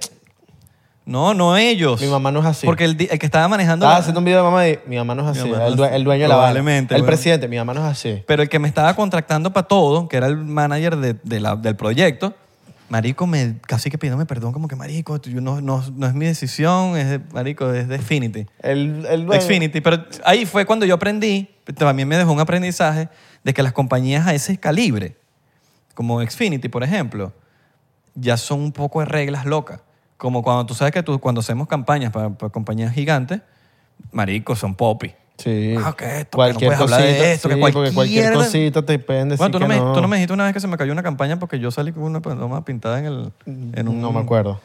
[SPEAKER 1] No, no ellos.
[SPEAKER 2] Mi mamá Ah, no es así.
[SPEAKER 1] Porque el, di- el que estaba manejando...
[SPEAKER 2] estaba
[SPEAKER 1] la-
[SPEAKER 2] haciendo un video de mamá y mi mamá no es
[SPEAKER 1] Mi
[SPEAKER 2] así.
[SPEAKER 1] mamá no
[SPEAKER 2] El,
[SPEAKER 1] es
[SPEAKER 2] due-
[SPEAKER 1] así.
[SPEAKER 2] el dueño de la banda.
[SPEAKER 1] Probablemente,
[SPEAKER 2] El
[SPEAKER 1] bueno.
[SPEAKER 2] presidente, mi mamá no es así.
[SPEAKER 1] Pero el que me estaba contractando para todo, que era el manager de, de la- del proyecto, Marico me casi que pidiéndome perdón, como que Marico, tú- yo no, no, no es mi decisión, es de, Marico, es de Xfinity.
[SPEAKER 2] El, el
[SPEAKER 1] De
[SPEAKER 2] dueño-
[SPEAKER 1] Xfinity. Pero ahí fue cuando yo aprendí, también me dejó un aprendizaje de que las compañías a ese calibre, como Xfinity, por ejemplo, ya son un poco de reglas locas. Como cuando tú sabes que tú, cuando hacemos campañas para, para compañías gigantes, Marico, son popi.
[SPEAKER 2] Sí.
[SPEAKER 1] Ah, que esto, que no puedes hablar de esto, que
[SPEAKER 2] sí, porque
[SPEAKER 1] cualquier-
[SPEAKER 2] cualquier cosita te pueden decir
[SPEAKER 1] Bueno, tú no,
[SPEAKER 2] que
[SPEAKER 1] me,
[SPEAKER 2] no.
[SPEAKER 1] tú no me dijiste una vez que se me cayó una campaña porque yo salí con una paloma pintada en el... En un,
[SPEAKER 2] No me acuerdo.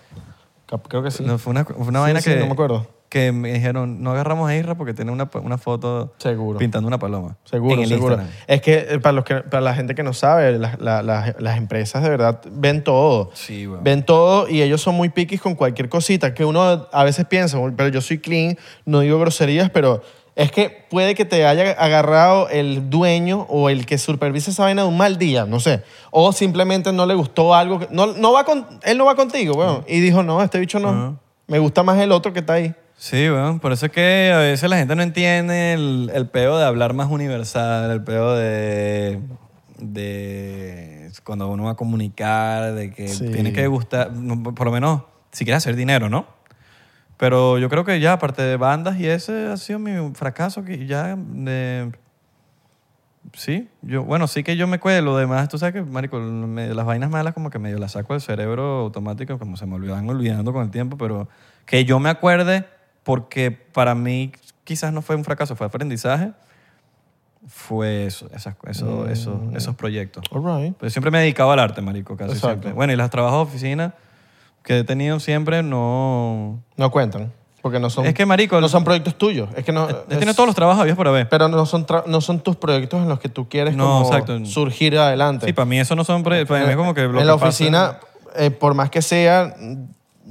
[SPEAKER 2] Cap- Creo que sí.
[SPEAKER 1] No, fue una, fue una
[SPEAKER 2] Sí,
[SPEAKER 1] vaina
[SPEAKER 2] sí,
[SPEAKER 1] que...
[SPEAKER 2] no me acuerdo.
[SPEAKER 1] Que me dijeron, no agarramos a Isra porque tiene una, una foto
[SPEAKER 2] Seguro.
[SPEAKER 1] pintando una paloma. en
[SPEAKER 2] Seguro,
[SPEAKER 1] el
[SPEAKER 2] seguro.
[SPEAKER 1] Instagram.
[SPEAKER 2] Es que, eh, para, los que para la gente que no sabe, las- la- la- las empresas de verdad ven todo.
[SPEAKER 1] Sí, weón.
[SPEAKER 2] Ven todo y ellos son muy piquis con cualquier cosita que uno a veces piensa, "Uy, pero yo soy clean, no digo groserías, pero es que puede que te haya agarrado el dueño o el que supervisa esa vaina de un mal día, no sé. O simplemente no le gustó algo. que- no, no va con, él no va contigo, weón. Y dijo, no, este bicho no.
[SPEAKER 1] Ajá.
[SPEAKER 2] Me gusta más el otro que está ahí.
[SPEAKER 1] Sí, weón. Por eso es que a veces la gente no entiende el, el peo de hablar más universal, el peo de, de cuando uno va a comunicar, de que
[SPEAKER 2] Sí.
[SPEAKER 1] tiene que gustar, no, por lo menos si quieres hacer dinero, ¿no? Pero yo creo que ya, aparte de bandas y ese ha sido mi fracaso, que ya de... Sí, yo, bueno, sí que yo me cuelo, lo demás, tú sabes que, marico, me- las vainas malas como que medio las saco del cerebro automático, como se me olvidan olvidando con el tiempo, pero que yo me acuerde, porque para mí quizás no fue un fracaso, fue aprendizaje, fue eso, esas, eso-
[SPEAKER 2] Mm.
[SPEAKER 1] esos- esos proyectos.
[SPEAKER 2] All right.
[SPEAKER 1] Pero siempre me he dedicado al arte, marico, casi
[SPEAKER 2] Exacto.
[SPEAKER 1] siempre. Bueno, y los trabajos de oficina, que he tenido siempre no...
[SPEAKER 2] No cuentan. Porque no son,
[SPEAKER 1] Es que, marico,
[SPEAKER 2] no son proyectos tuyos. Es que no.
[SPEAKER 1] he
[SPEAKER 2] es-
[SPEAKER 1] tenido todos los trabajos habidos por haber.
[SPEAKER 2] Pero no son, tra- no son tus proyectos en los que tú quieres
[SPEAKER 1] No,
[SPEAKER 2] como
[SPEAKER 1] exacto.
[SPEAKER 2] surgir adelante.
[SPEAKER 1] Sí, para mí eso no son... pre- Para mí Pues, es como que... lo
[SPEAKER 2] en la
[SPEAKER 1] que pasa-
[SPEAKER 2] oficina, eh, por más que sea.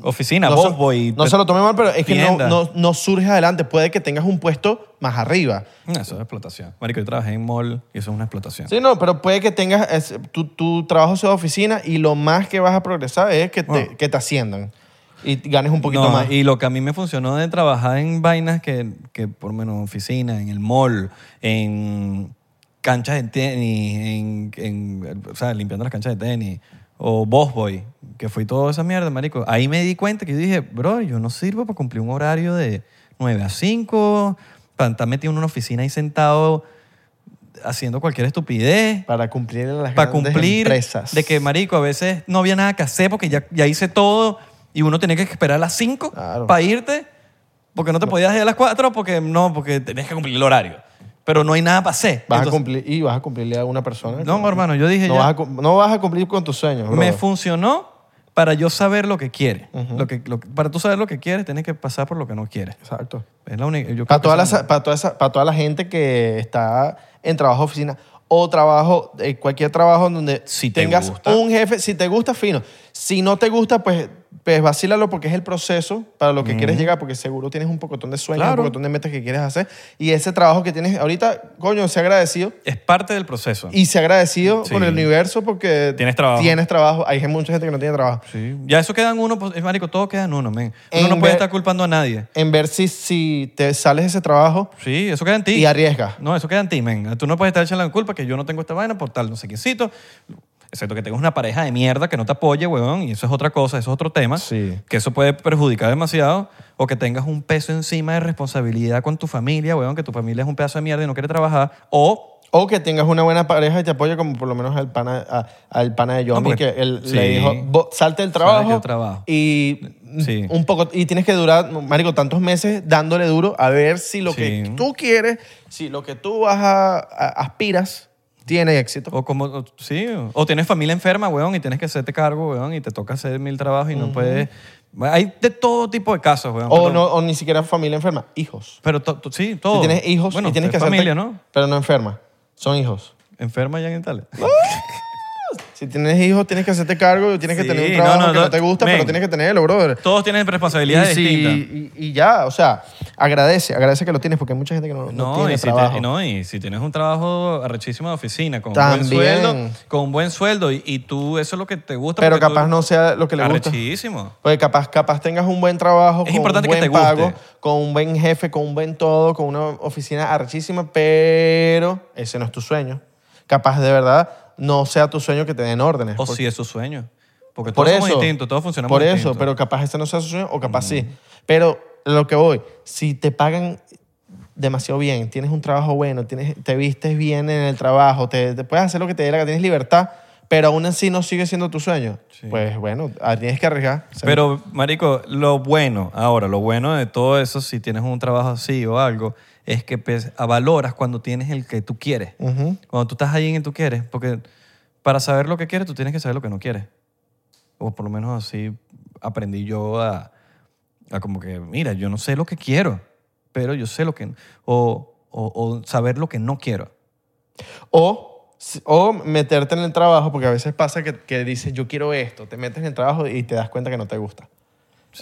[SPEAKER 1] Oficina,
[SPEAKER 2] no,
[SPEAKER 1] vos,
[SPEAKER 2] se, no se lo tome mal, pero es que no,
[SPEAKER 1] tienda.
[SPEAKER 2] no, no surge adelante. Puede que tengas un puesto más arriba.
[SPEAKER 1] Eso es explotación. Marico, yo trabajé en mall y eso es una explotación.
[SPEAKER 2] Sí, no, pero puede que tengas. es- tu, tu trabajo sea de oficina y lo más que vas a progresar es que te,
[SPEAKER 1] Bueno.
[SPEAKER 2] que te asciendan y ganes un poquito
[SPEAKER 1] No,
[SPEAKER 2] más.
[SPEAKER 1] Y lo que a mí me funcionó de trabajar en vainas que, que por lo menos oficina, en el mall, en canchas de tenis, en, en- o sea, limpiando las canchas de tenis, o Boss Boy, que fui toda esa mierda, marico. Ahí me di cuenta que yo dije, bro, yo no sirvo para cumplir un horario de 9 a 5, para estar metido en una oficina ahí sentado haciendo cualquier estupidez
[SPEAKER 2] para cumplir las
[SPEAKER 1] para
[SPEAKER 2] grandes
[SPEAKER 1] cumplir
[SPEAKER 2] empresas.
[SPEAKER 1] de que marico a veces no había nada que hacer porque ya, ya hice todo y uno tenía que esperar a las 5
[SPEAKER 2] Claro.
[SPEAKER 1] para irte porque no te podías ir a las 4 porque no porque tenías que cumplir el horario pero no hay nada para hacer
[SPEAKER 2] Vas a
[SPEAKER 1] Entonces,
[SPEAKER 2] cumplir, y vas a cumplirle a una persona.
[SPEAKER 1] no hermano yo dije
[SPEAKER 2] no,
[SPEAKER 1] ya,
[SPEAKER 2] vas a, cum- no vas a cumplir con tus sueños,
[SPEAKER 1] me
[SPEAKER 2] brother.
[SPEAKER 1] funcionó para yo saber lo que quiere lo que, lo que- para tú saber lo que quieres tienes que pasar por lo que no quieres
[SPEAKER 2] Exacto.
[SPEAKER 1] es la única yo creo
[SPEAKER 2] Para
[SPEAKER 1] que
[SPEAKER 2] toda,
[SPEAKER 1] esa-
[SPEAKER 2] la, para, toda esa- para toda la gente que está en trabajo de oficina o trabajo, eh, cualquier trabajo en donde
[SPEAKER 1] Si te
[SPEAKER 2] tengas
[SPEAKER 1] gusta.
[SPEAKER 2] un jefe, si te gusta, fino. Si no te gusta, pues, pues vacílalo porque es el proceso para lo que quieres llegar, porque seguro tienes un pocotón de sueños,
[SPEAKER 1] Claro.
[SPEAKER 2] un pocotón de metas que quieres hacer. Y ese trabajo que tienes ahorita, coño, sea agradecido.
[SPEAKER 1] es parte del proceso
[SPEAKER 2] Y sea agradecido
[SPEAKER 1] Sí.
[SPEAKER 2] con el universo porque
[SPEAKER 1] Tienes trabajo.
[SPEAKER 2] Tienes trabajo. Hay gen- mucha gente que no tiene trabajo.
[SPEAKER 1] Sí. ya eso queda en uno pues, es marico todo queda en uno men. uno
[SPEAKER 2] En
[SPEAKER 1] no puede
[SPEAKER 2] vez-
[SPEAKER 1] estar culpando a nadie
[SPEAKER 2] En ver si, si te sales de ese trabajo
[SPEAKER 1] sí eso queda en ti
[SPEAKER 2] y arriesgas.
[SPEAKER 1] No, eso queda en ti, men. Tú no puedes estar echando la culpa que yo no tengo esta vaina por tal no sé quiéncito. Excepto que tengas una pareja de mierda que no te apoye, weón, y eso es otra cosa, eso es otro tema.
[SPEAKER 2] Sí.
[SPEAKER 1] Que eso puede perjudicar demasiado. O que tengas un peso encima de responsabilidad con tu familia, weón, que tu familia es un pedazo de mierda y no quiere trabajar. O.
[SPEAKER 2] O que tengas una buena pareja y te apoye, como por lo menos al pana, a- al pana de Yomi,
[SPEAKER 1] porque-
[SPEAKER 2] que él
[SPEAKER 1] Ah, pues, sí.
[SPEAKER 2] le dijo, "Bo- salte del
[SPEAKER 1] Salte del
[SPEAKER 2] trabajo,
[SPEAKER 1] trabajo.
[SPEAKER 2] y
[SPEAKER 1] Sí.
[SPEAKER 2] un poco y tienes que durar, marico, tantos meses dándole duro a ver si lo
[SPEAKER 1] Sí.
[SPEAKER 2] que tú quieres, si lo que tú vas a, a- aspiras tiene éxito.
[SPEAKER 1] O como, o- sí, o- o tienes familia enferma, weón, y tienes que hacerte cargo, weón, y te toca hacer mil trabajos y no puedes... Hay de todo tipo de casos, weón.
[SPEAKER 2] O,
[SPEAKER 1] pero-
[SPEAKER 2] no, o ni siquiera familia enferma, hijos.
[SPEAKER 1] Pero to- to- sí, todo.
[SPEAKER 2] Si tienes hijos
[SPEAKER 1] Bueno,
[SPEAKER 2] y tienes
[SPEAKER 1] es
[SPEAKER 2] que hacerte-
[SPEAKER 1] familia, ¿no?
[SPEAKER 2] Pero no enferma, son hijos.
[SPEAKER 1] Enferma ya en Italia.
[SPEAKER 2] Si tienes hijos, tienes que hacerte cargo, tienes
[SPEAKER 1] Sí,
[SPEAKER 2] que tener un
[SPEAKER 1] no,
[SPEAKER 2] trabajo
[SPEAKER 1] no,
[SPEAKER 2] que
[SPEAKER 1] no,
[SPEAKER 2] no te gusta,
[SPEAKER 1] men.
[SPEAKER 2] pero tienes que tenerlo, brother.
[SPEAKER 1] Todos tienen responsabilidades
[SPEAKER 2] y, si-
[SPEAKER 1] distintas.
[SPEAKER 2] y- y ya, o sea, agradece, agradece que lo tienes porque hay mucha gente que no, no
[SPEAKER 1] No
[SPEAKER 2] tiene
[SPEAKER 1] y, si te-
[SPEAKER 2] trabajo.
[SPEAKER 1] no, y si tienes un trabajo arrechísimo de oficina, con un
[SPEAKER 2] También.
[SPEAKER 1] buen sueldo, con un buen sueldo y, y tú eso es lo que te gusta.
[SPEAKER 2] pero
[SPEAKER 1] porque tú-
[SPEAKER 2] capaz no sea lo que le gusta.
[SPEAKER 1] Arrechísimo.
[SPEAKER 2] Porque capaz, capaz tengas un buen trabajo,
[SPEAKER 1] Es
[SPEAKER 2] con
[SPEAKER 1] importante
[SPEAKER 2] un
[SPEAKER 1] que
[SPEAKER 2] buen
[SPEAKER 1] te guste.
[SPEAKER 2] pago, con un buen jefe, con un buen todo, con una oficina arrechísima, pero ese no es tu sueño. Capaz de verdad no sea tu sueño que te den órdenes.
[SPEAKER 1] O
[SPEAKER 2] Por-
[SPEAKER 1] si es su sueño. Porque
[SPEAKER 2] Por
[SPEAKER 1] todos
[SPEAKER 2] eso.
[SPEAKER 1] somos distintos, todos funcionamos
[SPEAKER 2] Por eso,
[SPEAKER 1] distintos.
[SPEAKER 2] pero capaz este no sea su sueño o capaz sí. Pero lo que voy, si te pagan demasiado bien, tienes un trabajo bueno, tienes, te vistes bien en el trabajo, te, te puedes hacer lo que te dé la gana, tienes libertad, pero aún así no sigue siendo tu sueño,
[SPEAKER 1] Sí.
[SPEAKER 2] pues bueno, ah, tienes que arriesgar. O sea,
[SPEAKER 1] Pero, marico, lo bueno, ahora, lo bueno de todo eso, si tienes un trabajo así o algo, es que pues, valoras cuando tienes el que tú quieres.
[SPEAKER 2] ujú.
[SPEAKER 1] Cuando tú estás ahí en el tú quieres, porque para saber lo que quieres, tú tienes que saber lo que no quieres. O por lo menos así aprendí yo a, a como que, mira, yo no sé lo que quiero, pero yo sé lo que... O, o, o saber lo que no quiero.
[SPEAKER 2] O, si- o meterte en el trabajo, porque a veces pasa que, que dices, yo quiero esto, te metes en el trabajo y te das cuenta que no te gusta.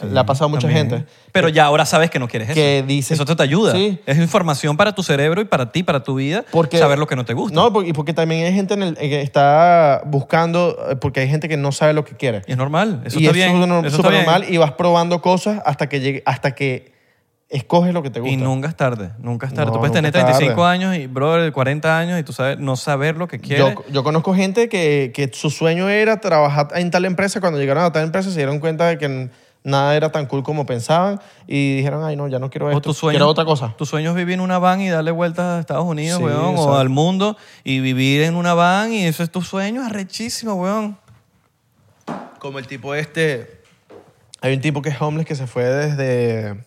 [SPEAKER 2] Le ha pasado a mucha
[SPEAKER 1] También.
[SPEAKER 2] gente.
[SPEAKER 1] Pero ya ahora sabes que no quieres eso.
[SPEAKER 2] que dices-
[SPEAKER 1] Eso te, te ayuda.
[SPEAKER 2] Sí.
[SPEAKER 1] Es información para tu cerebro y para ti, para tu vida,
[SPEAKER 2] Porque-
[SPEAKER 1] saber lo que no te gusta.
[SPEAKER 2] No, porque, y porque también hay gente en el, eh, que está buscando, eh, porque hay gente que no sabe lo que quiere.
[SPEAKER 1] Y es normal. Eso
[SPEAKER 2] y
[SPEAKER 1] está
[SPEAKER 2] es
[SPEAKER 1] bien.
[SPEAKER 2] súper nor-
[SPEAKER 1] eso está
[SPEAKER 2] súper
[SPEAKER 1] bien.
[SPEAKER 2] normal y vas probando cosas hasta que, llegue, hasta que escoges lo que te gusta.
[SPEAKER 1] Y nunca es tarde, nunca es tarde.
[SPEAKER 2] No,
[SPEAKER 1] tú puedes
[SPEAKER 2] nunca
[SPEAKER 1] tener
[SPEAKER 2] es tarde.
[SPEAKER 1] 35 años y, brother, 40 años y tú sabes, no saber lo que quieres.
[SPEAKER 2] yo, yo conozco gente que, que su sueño era trabajar en tal empresa. Cuando llegaron a tal empresa se dieron cuenta de que n- nada era tan cool como pensaban y dijeron, ay, no, ya no quiero
[SPEAKER 1] o
[SPEAKER 2] esto,
[SPEAKER 1] tu sueño,
[SPEAKER 2] quiero otra cosa.
[SPEAKER 1] Tu sueño es vivir en una van y darle vueltas a Estados Unidos,
[SPEAKER 2] Sí,
[SPEAKER 1] weón, o
[SPEAKER 2] exacto.
[SPEAKER 1] al mundo y vivir en una van y eso es tu sueño, arrechísimo, weón.
[SPEAKER 2] Como el tipo este, hay un tipo que es homeless que se fue desde,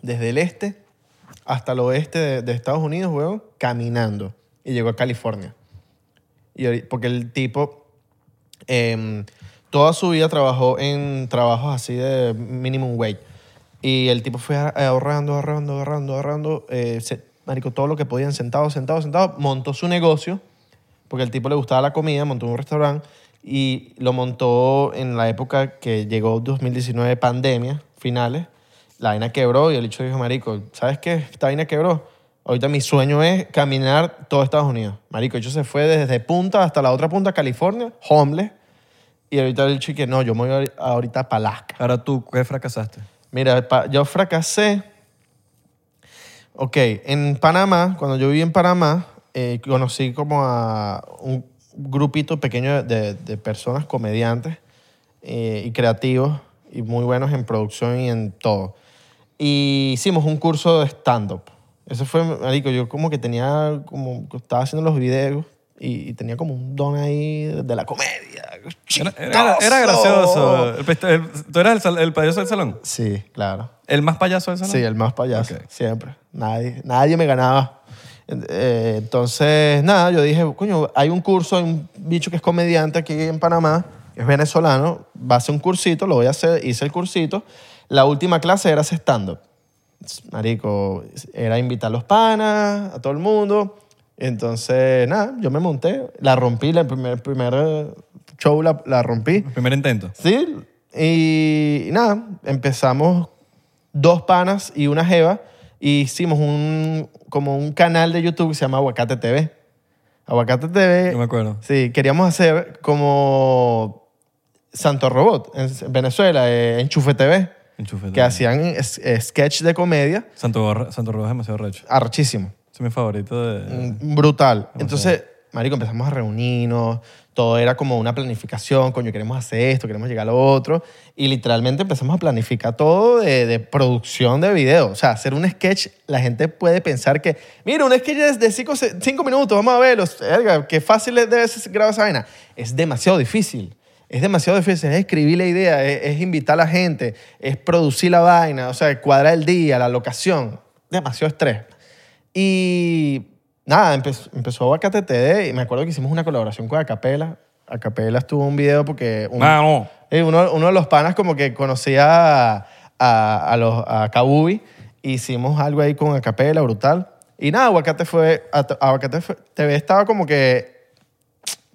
[SPEAKER 2] desde el este hasta el oeste de, de Estados Unidos, weón, caminando. Y llegó a California. Y ahori- porque el tipo em, toda su vida trabajó en trabajos así de minimum wage. Y el tipo fue ahorrando, ahorrando, ahorrando, ahorrando. eh, se- marico, todo lo que podían, sentado, sentado, sentado. Montó su negocio, porque el tipo le gustaba la comida, montó un restaurante y lo montó en la época que llegó 2019, pandemia, finales. La vaina quebró y el hecho dijo, marico, ¿sabes qué? Esta vaina quebró. Ahorita mi sueño es caminar todo Estados Unidos. Marico, el hecho se fue desde punta hasta la otra punta, California, homeless. Y ahorita el hecho que no, yo me voy ahori- ahorita para Alaska.
[SPEAKER 1] Ahora tú, ¿qué fracasaste?
[SPEAKER 2] Mira, pa- yo fracasé. Ok, en Panamá, cuando yo viví en Panamá, eh, conocí como a un grupito pequeño de, de personas comediantes eh, y creativos y muy buenos en producción y en todo. Y hicimos un curso de stand-up. Ese fue, marico, yo como que tenía, como estaba haciendo los videos y, y tenía como un don ahí de la comedia.
[SPEAKER 1] Era, era- era gracioso. El pest- el- tú eras el, sal- el payaso del salón.
[SPEAKER 2] Sí, claro.
[SPEAKER 1] El más payaso del salón.
[SPEAKER 2] Sí, el más payaso,
[SPEAKER 1] Ok.
[SPEAKER 2] siempre. Nadie, nadie me ganaba. En- eh, Entonces, nada, yo dije, coño, hay un curso, hay un bicho que es comediante aquí en Panamá, que es venezolano, va a hacer un cursito, lo voy a hacer, hice el cursito. La última clase era hacer stand-up. Marico, era invitar a los panas, a todo el mundo. Entonces, nada, yo me monté, la rompí, la- el primer, el primer show la- la rompí.
[SPEAKER 1] El primer intento.
[SPEAKER 2] Sí, y nada, empezamos dos panas y una jeva y hicimos un, como un canal de YouTube que se llama Aguacate TV. Aguacate TV.
[SPEAKER 1] Yo me acuerdo.
[SPEAKER 2] Sí, queríamos hacer como Santo Robot en Venezuela, eh, Enchufe TV,
[SPEAKER 1] Enchufe.
[SPEAKER 2] que hacían es- eh, sketch de comedia
[SPEAKER 1] Santo, Borra- Santo Rojas es demasiado recho.
[SPEAKER 2] arrechísimo.
[SPEAKER 1] Ese es mi favorito de...
[SPEAKER 2] Mm, Brutal. Entonces, marico, empezamos a reunirnos. Todo era como una planificación. Coño, queremos hacer esto, queremos llegar a lo otro. Y literalmente empezamos a planificar todo de, de producción de video. O sea, hacer un sketch, la gente puede pensar que, mira, un sketch es de cinco, se- cinco minutos, vamos a verlo. Verga, qué fácil es- debe ser grabar esa vaina. Es demasiado difícil. Es demasiado difícil, es escribir la idea, es, es invitar a la gente, es producir la vaina, o sea, cuadrar el día, la locación. Demasiado estrés. Y nada, empezó, empezó Aguacate TD y me acuerdo que hicimos una colaboración con Acapela. Acapela estuvo un video porque un-
[SPEAKER 1] Mano.
[SPEAKER 2] eh, uno, uno de los panas como que conocía a, a, a los, a Kabubi. Hicimos algo ahí con Acapela, brutal. Y nada, Aguacate fue, a- Aguacate fue- TV estaba como que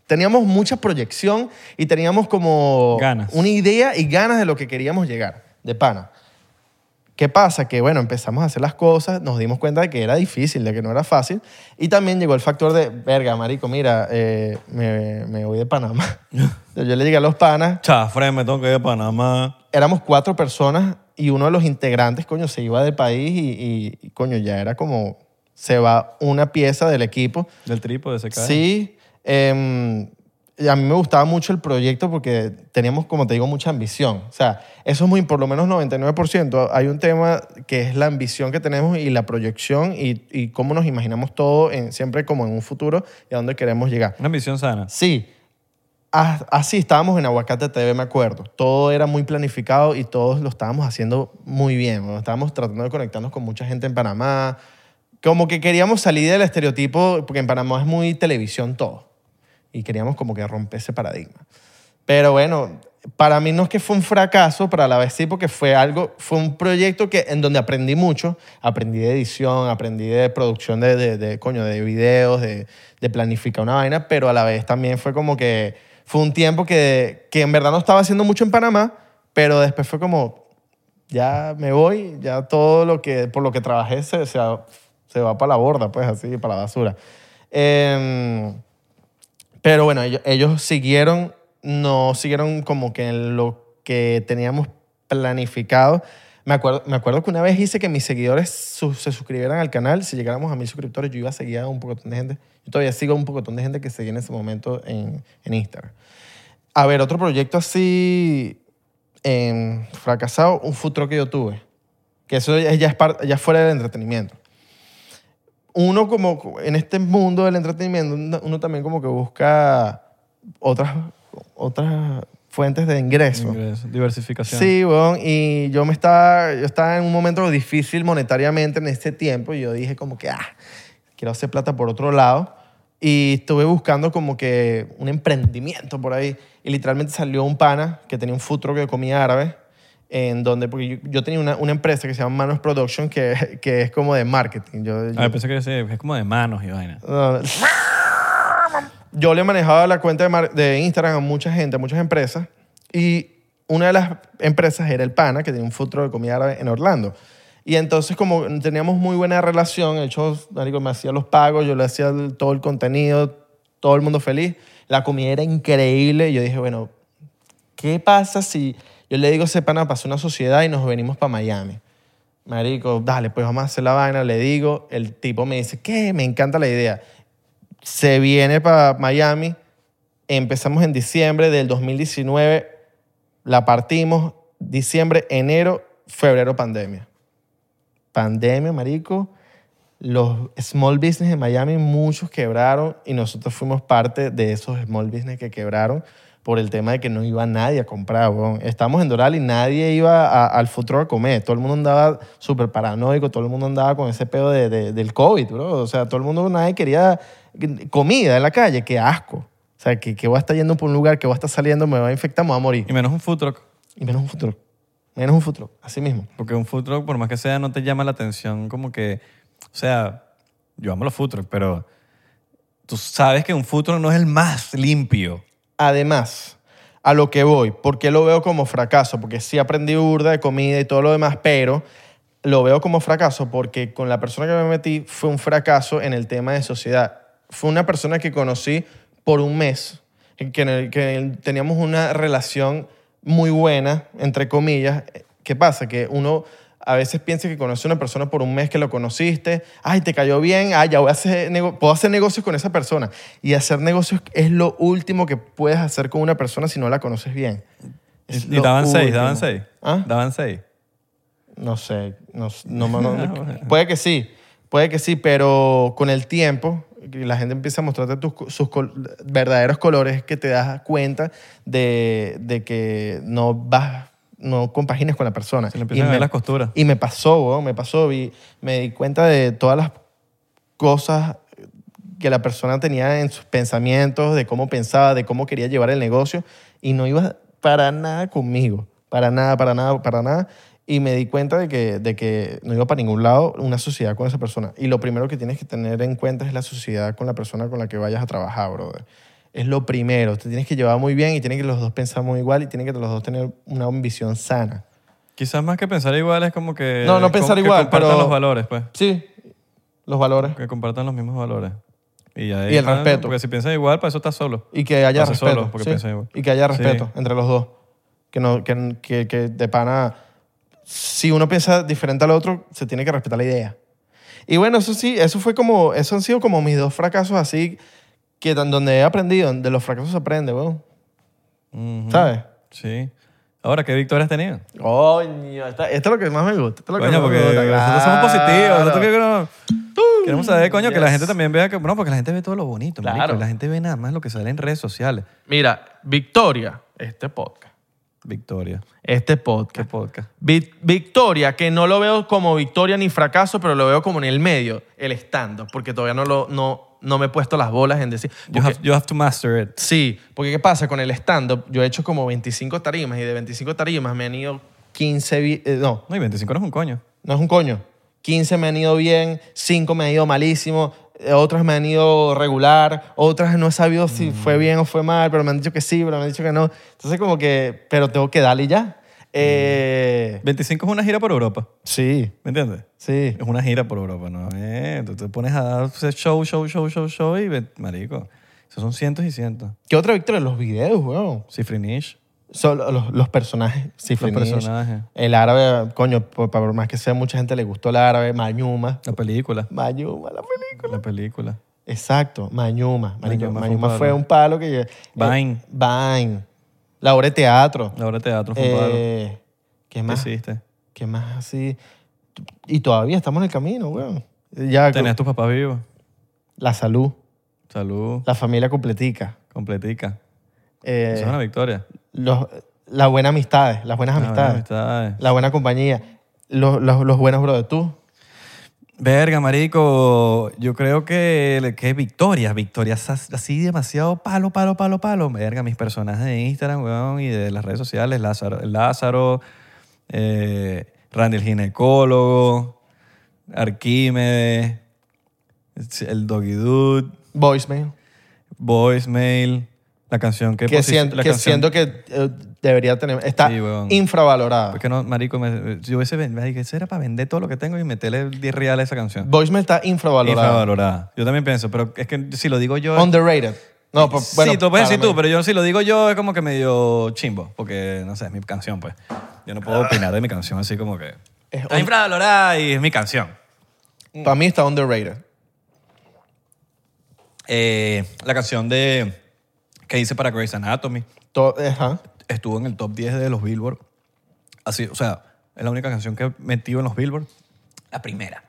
[SPEAKER 2] teníamos mucha proyección y teníamos como
[SPEAKER 1] Ganas.
[SPEAKER 2] una idea y ganas de lo que queríamos llegar, de pana. ¿Qué pasa? Que bueno, empezamos a hacer las cosas, nos dimos cuenta de que era difícil, de que no era fácil. Y también llegó el factor de, verga, marico, mira, eh, me, me voy de Panamá. Yo le llegué a los panas,
[SPEAKER 1] Chafre, me tengo que ir a Panamá.
[SPEAKER 2] éramos cuatro personas y uno de los integrantes, coño, se iba del país y, y- y, coño, ya era como, se va una pieza del equipo.
[SPEAKER 1] Del trípode se cae.
[SPEAKER 2] Sí, em, y a mí me gustaba mucho el proyecto porque teníamos, como te digo, mucha ambición. O sea, eso es muy, por lo menos 99%. Hay un tema que es la ambición que tenemos y la proyección y, y cómo nos imaginamos todo, en, siempre como en un futuro y a dónde queremos llegar.
[SPEAKER 1] Una ambición sana.
[SPEAKER 2] Sí. Ah, Así estábamos en Aguacate TV, me acuerdo. Todo era muy planificado y todos lo estábamos haciendo muy bien. ¿no? Estábamos tratando de conectarnos con mucha gente en Panamá. Como que queríamos salir del estereotipo, porque en Panamá es muy televisión todo. Y queríamos como que romper ese paradigma. Pero bueno, para mí no es que fue un fracaso, pero a la vez sí, porque fue algo, fue un proyecto que, en donde aprendí mucho. Aprendí de edición, aprendí de producción de, de, de, coño, de videos, de, de planificar una vaina, pero a la vez también fue como que fue un tiempo que, que en verdad no estaba haciendo mucho en Panamá, pero después fue como, ya me voy, ya todo lo que, por lo que trabajé se, se, va- se va para la borda, pues así, para la basura. Em, pero bueno, ellos, ellos siguieron, no siguieron como que en lo que teníamos planificado. Me acuerdo, me acuerdo que una vez hice que mis seguidores su- se suscribieran al canal. Si llegáramos a mil suscriptores, yo iba a seguir a un pocotón de gente. Yo todavía sigo a un pocotón de gente que seguía en ese momento en, en Instagram. A ver, otro proyecto así em, fracasado, un food truck que yo tuve. Que eso ya ya es, par- ya es fuera del entretenimiento uno como en este mundo del entretenimiento, uno también como que busca otras, otras fuentes de ingreso.
[SPEAKER 1] Ingreso, Diversificación.
[SPEAKER 2] Sí, weón, y yo me estaba, yo estaba en un momento difícil monetariamente en este tiempo y yo dije como que, ah, quiero hacer plata por otro lado. Y estuve buscando como que un emprendimiento por ahí. Y literalmente salió un pana que tenía un futuro de comida árabe. En donde, porque yo, yo tenía una, una empresa que se llama Manos Production, que, que es como de marketing. Yo, yo-
[SPEAKER 1] A ver, Ah, pensé que ese- es como de manos y vaina.
[SPEAKER 2] No. Yo le manejaba la cuenta de, mar- de Instagram a mucha gente, a muchas empresas, y una de las empresas era el Pana, que tenía un futuro de comida árabe en Orlando. Y entonces como teníamos muy buena relación, el show marico, me hacía los pagos, yo le hacía el- todo el contenido, todo el mundo feliz, la comida era increíble, y yo dije, bueno, ¿qué pasa si yo le digo a ese Pana, pasó una sociedad y nos venimos para Miami? Marico, dale, pues vamos a hacer la vaina, le digo, el tipo me dice, ¿qué? Me encanta la idea se viene para Miami. Empezamos en diciembre del 2019, la partimos. Diciembre, enero, febrero, pandemia. Pandemia, marico. Los small business de Miami, muchos quebraron y nosotros fuimos parte de esos small business que quebraron por el tema de que no iba nadie a comprar. weón. Estamos en Doral y nadie iba a- al futuro a comer. Todo el mundo andaba súper paranoico, todo el mundo andaba con ese pedo de- de- del COVID, bro. O sea, todo el mundo, nadie quería comida en la calle. Qué asco. O sea, que, que voy a estar yendo por un lugar, que voy a estar saliendo, me va a infectar, me voy a morir.
[SPEAKER 1] Y menos un food truck.
[SPEAKER 2] Y menos un futuro. Menos un futuro. Así mismo.
[SPEAKER 1] Porque un food truck, por más que sea, no te llama la atención como que... O sea, yo amo los food trucks, pero tú sabes que un food truck no es el más limpio.
[SPEAKER 2] Además, a lo que voy, porque lo veo como fracaso? Porque sí aprendí burda de comida y todo lo demás, pero lo veo como fracaso porque con la persona que me metí fue un fracaso en el tema de sociedad. Fue una persona que conocí por un mes, en que, en el- que en el- teníamos una relación muy buena, entre comillas. ¿Qué pasa? Que uno a veces piensa que conoce a una persona por un mes que lo conociste, ay, te cayó bien, ay, ya voy a hacer nego- puedo hacer negocios con esa persona. Y hacer negocios es lo último que puedes hacer con una persona si no la conoces bien.
[SPEAKER 1] Y,
[SPEAKER 2] Es
[SPEAKER 1] y
[SPEAKER 2] lo
[SPEAKER 1] daban seis,
[SPEAKER 2] último.
[SPEAKER 1] daban seis.
[SPEAKER 2] ¿Ah?
[SPEAKER 1] Daban seis.
[SPEAKER 2] No sé, no, s- no, no-
[SPEAKER 1] Ah,
[SPEAKER 2] no- puede que sí, puede que sí, pero con el tiempo que la gente empieza a mostrarte tus co- sus col- verdaderos colores que te das cuenta de, de que no vas, no compaginas con la persona.
[SPEAKER 1] Se le empiezan a ver
[SPEAKER 2] me-
[SPEAKER 1] las costuras.
[SPEAKER 2] y me pasó, weón, me pasó, vi, me di cuenta de todas las cosas que la persona tenía en sus pensamientos, de cómo pensaba, de cómo quería llevar el negocio, y no iba para nada conmigo, para nada, para nada, para nada. Y me di cuenta de que, de que no iba para ningún lado una sociedad con esa persona. Y lo primero que tienes que tener en cuenta es la sociedad con la persona con la que vayas a trabajar, brother. Es lo primero. Te tienes que llevar muy bien y tienen que los dos pensar muy igual y tienen que los dos tener una ambición sana.
[SPEAKER 1] Quizás más que pensar igual es como que...
[SPEAKER 2] No, no pensar
[SPEAKER 1] que
[SPEAKER 2] igual,
[SPEAKER 1] compartan
[SPEAKER 2] pero-
[SPEAKER 1] los valores, pues.
[SPEAKER 2] Sí, los valores.
[SPEAKER 1] Que compartan los mismos valores. Y, ya
[SPEAKER 2] Y el
[SPEAKER 1] están-
[SPEAKER 2] respeto.
[SPEAKER 1] Porque si piensan igual, para eso estás solo.
[SPEAKER 2] Y que haya
[SPEAKER 1] Hace
[SPEAKER 2] respeto.
[SPEAKER 1] solo, porque
[SPEAKER 2] sí,
[SPEAKER 1] piensa igual.
[SPEAKER 2] Y que haya
[SPEAKER 1] Sí.
[SPEAKER 2] respeto entre los dos. Que, no, que, que, que de pana, si uno piensa diferente al otro, se tiene que respetar la idea. Y bueno, eso sí, eso fue como, eso han sido como mis dos fracasos así, que tan- donde he aprendido, de los fracasos se aprende, weón.
[SPEAKER 1] Ujú.
[SPEAKER 2] ¿Sabes?
[SPEAKER 1] Sí. Ahora, ¿qué victorias has tenido?
[SPEAKER 2] Coño, esta- esto es lo que más me gusta. Esto es lo que
[SPEAKER 1] Coño,
[SPEAKER 2] más me
[SPEAKER 1] porque
[SPEAKER 2] gusta,
[SPEAKER 1] nosotros somos
[SPEAKER 2] claro.
[SPEAKER 1] positivos. nosotros que no- Queremos saber, coño, que la
[SPEAKER 2] yes.
[SPEAKER 1] gente también vea que... No, porque la gente ve todo lo bonito, marico,
[SPEAKER 2] Claro.
[SPEAKER 1] y La gente ve nada más lo que sale en redes sociales.
[SPEAKER 2] Mira, Victoria, este podcast.
[SPEAKER 1] Victoria.
[SPEAKER 2] Este podcast.
[SPEAKER 1] Qué podcast.
[SPEAKER 2] Vi- Victoria, que no lo veo como victoria ni fracaso, pero lo veo como en el medio, el stand porque todavía no, lo, no, no me he puesto las bolas en decir.
[SPEAKER 1] You
[SPEAKER 2] porque-
[SPEAKER 1] have, you have to master it.
[SPEAKER 2] sí, porque ¿qué pasa con el stand-up? Yo he hecho como 25 tarimas y de 25 tarimas me han ido 15, bi- eh, no,
[SPEAKER 1] No, y 25 no es un coño.
[SPEAKER 2] no es un coño. 15 me han ido bien, 5 me han ido malísimo, eh, otras me han ido regular, otras no he sabido si fue bien o fue mal, pero me han dicho que sí, pero me han dicho que no. Entonces como que, pero tengo que darle y ya. Eh,
[SPEAKER 1] 25 es una gira por Europa,
[SPEAKER 2] sí,
[SPEAKER 1] ¿me entiendes?
[SPEAKER 2] sí.
[SPEAKER 1] Es una gira por Europa, ¿no? Eh, tú te pones a dar show, show, show, show, show y ve- marico. Esos son cientos y cientos.
[SPEAKER 2] ¿Qué otra victoria? Los videos, weón.
[SPEAKER 1] Cifrinish.
[SPEAKER 2] Son lo- los, los personajes. Sí,
[SPEAKER 1] Los
[SPEAKER 2] Finish.
[SPEAKER 1] personajes.
[SPEAKER 2] El árabe, coño, por, por más que sea, mucha gente le gustó el árabe. Mañuma.
[SPEAKER 1] La película.
[SPEAKER 2] Mañuma, la película.
[SPEAKER 1] La película.
[SPEAKER 2] Exacto, Mañuma. marico.
[SPEAKER 1] Mañuma fue
[SPEAKER 2] Mañuma,
[SPEAKER 1] un palo.
[SPEAKER 2] fue un palo que... lle-
[SPEAKER 1] Vine.
[SPEAKER 2] Vine. La obra de teatro.
[SPEAKER 1] La obra de teatro fue un palo.
[SPEAKER 2] Eh, ¿Qué
[SPEAKER 1] ¿Qué
[SPEAKER 2] más?
[SPEAKER 1] hiciste?
[SPEAKER 2] ¿Qué más así? Y todavía estamos en el camino, weón. Ya,
[SPEAKER 1] Tenías a tus papás vivos.
[SPEAKER 2] la salud,
[SPEAKER 1] Salud.
[SPEAKER 2] la familia completica.
[SPEAKER 1] Completica.
[SPEAKER 2] eh,
[SPEAKER 1] Eso es una Ah, victoria.
[SPEAKER 2] los, las buenas amistades, las buenas
[SPEAKER 1] Las buenas
[SPEAKER 2] amistades.
[SPEAKER 1] amistades.
[SPEAKER 2] la buena compañía, los, los, los buenos bro de tú.
[SPEAKER 1] Verga, marico, yo creo que, que victorias, victorias as- así demasiado palo, palo, palo, palo. Verga, mis personajes de Instagram, weón, y de las redes sociales, Lázaro, Lázaro eh, Randy el ginecólogo, Arquímedes, el Doggy Dude,
[SPEAKER 2] Voicemail.
[SPEAKER 1] Voicemail, la canción que...
[SPEAKER 2] Que,
[SPEAKER 1] posi-
[SPEAKER 2] siento
[SPEAKER 1] la
[SPEAKER 2] que,
[SPEAKER 1] canción-
[SPEAKER 2] siento que eh, debería tener. Está
[SPEAKER 1] Sí, weón.
[SPEAKER 2] infravalorada.
[SPEAKER 1] Porque no, marico, me, yo hubiese ven- marico, eso era para vender todo lo que tengo y meterle 10 reales a esa canción.
[SPEAKER 2] Voicemail está infravalorada.
[SPEAKER 1] Infravalorada. Yo también pienso, pero es que si lo digo yo...
[SPEAKER 2] Underrated. No, pues, bueno.
[SPEAKER 1] sí, tú puedes decir tú,
[SPEAKER 2] claramente.
[SPEAKER 1] pero yo si lo digo yo es como que medio chimbo, porque no sé, es mi canción, pues. Yo no puedo opinar de mi canción así como que.
[SPEAKER 2] Ah. Es
[SPEAKER 1] Está
[SPEAKER 2] un-
[SPEAKER 1] infravalorada y es mi canción.
[SPEAKER 2] Para mí está underrated.
[SPEAKER 1] Eh, la canción de que hice para Grey's Anatomy
[SPEAKER 2] To- ajá.
[SPEAKER 1] estuvo en el top 10 de los Billboard. Así, o sea, es la única canción que he metido en los Billboard. La primera.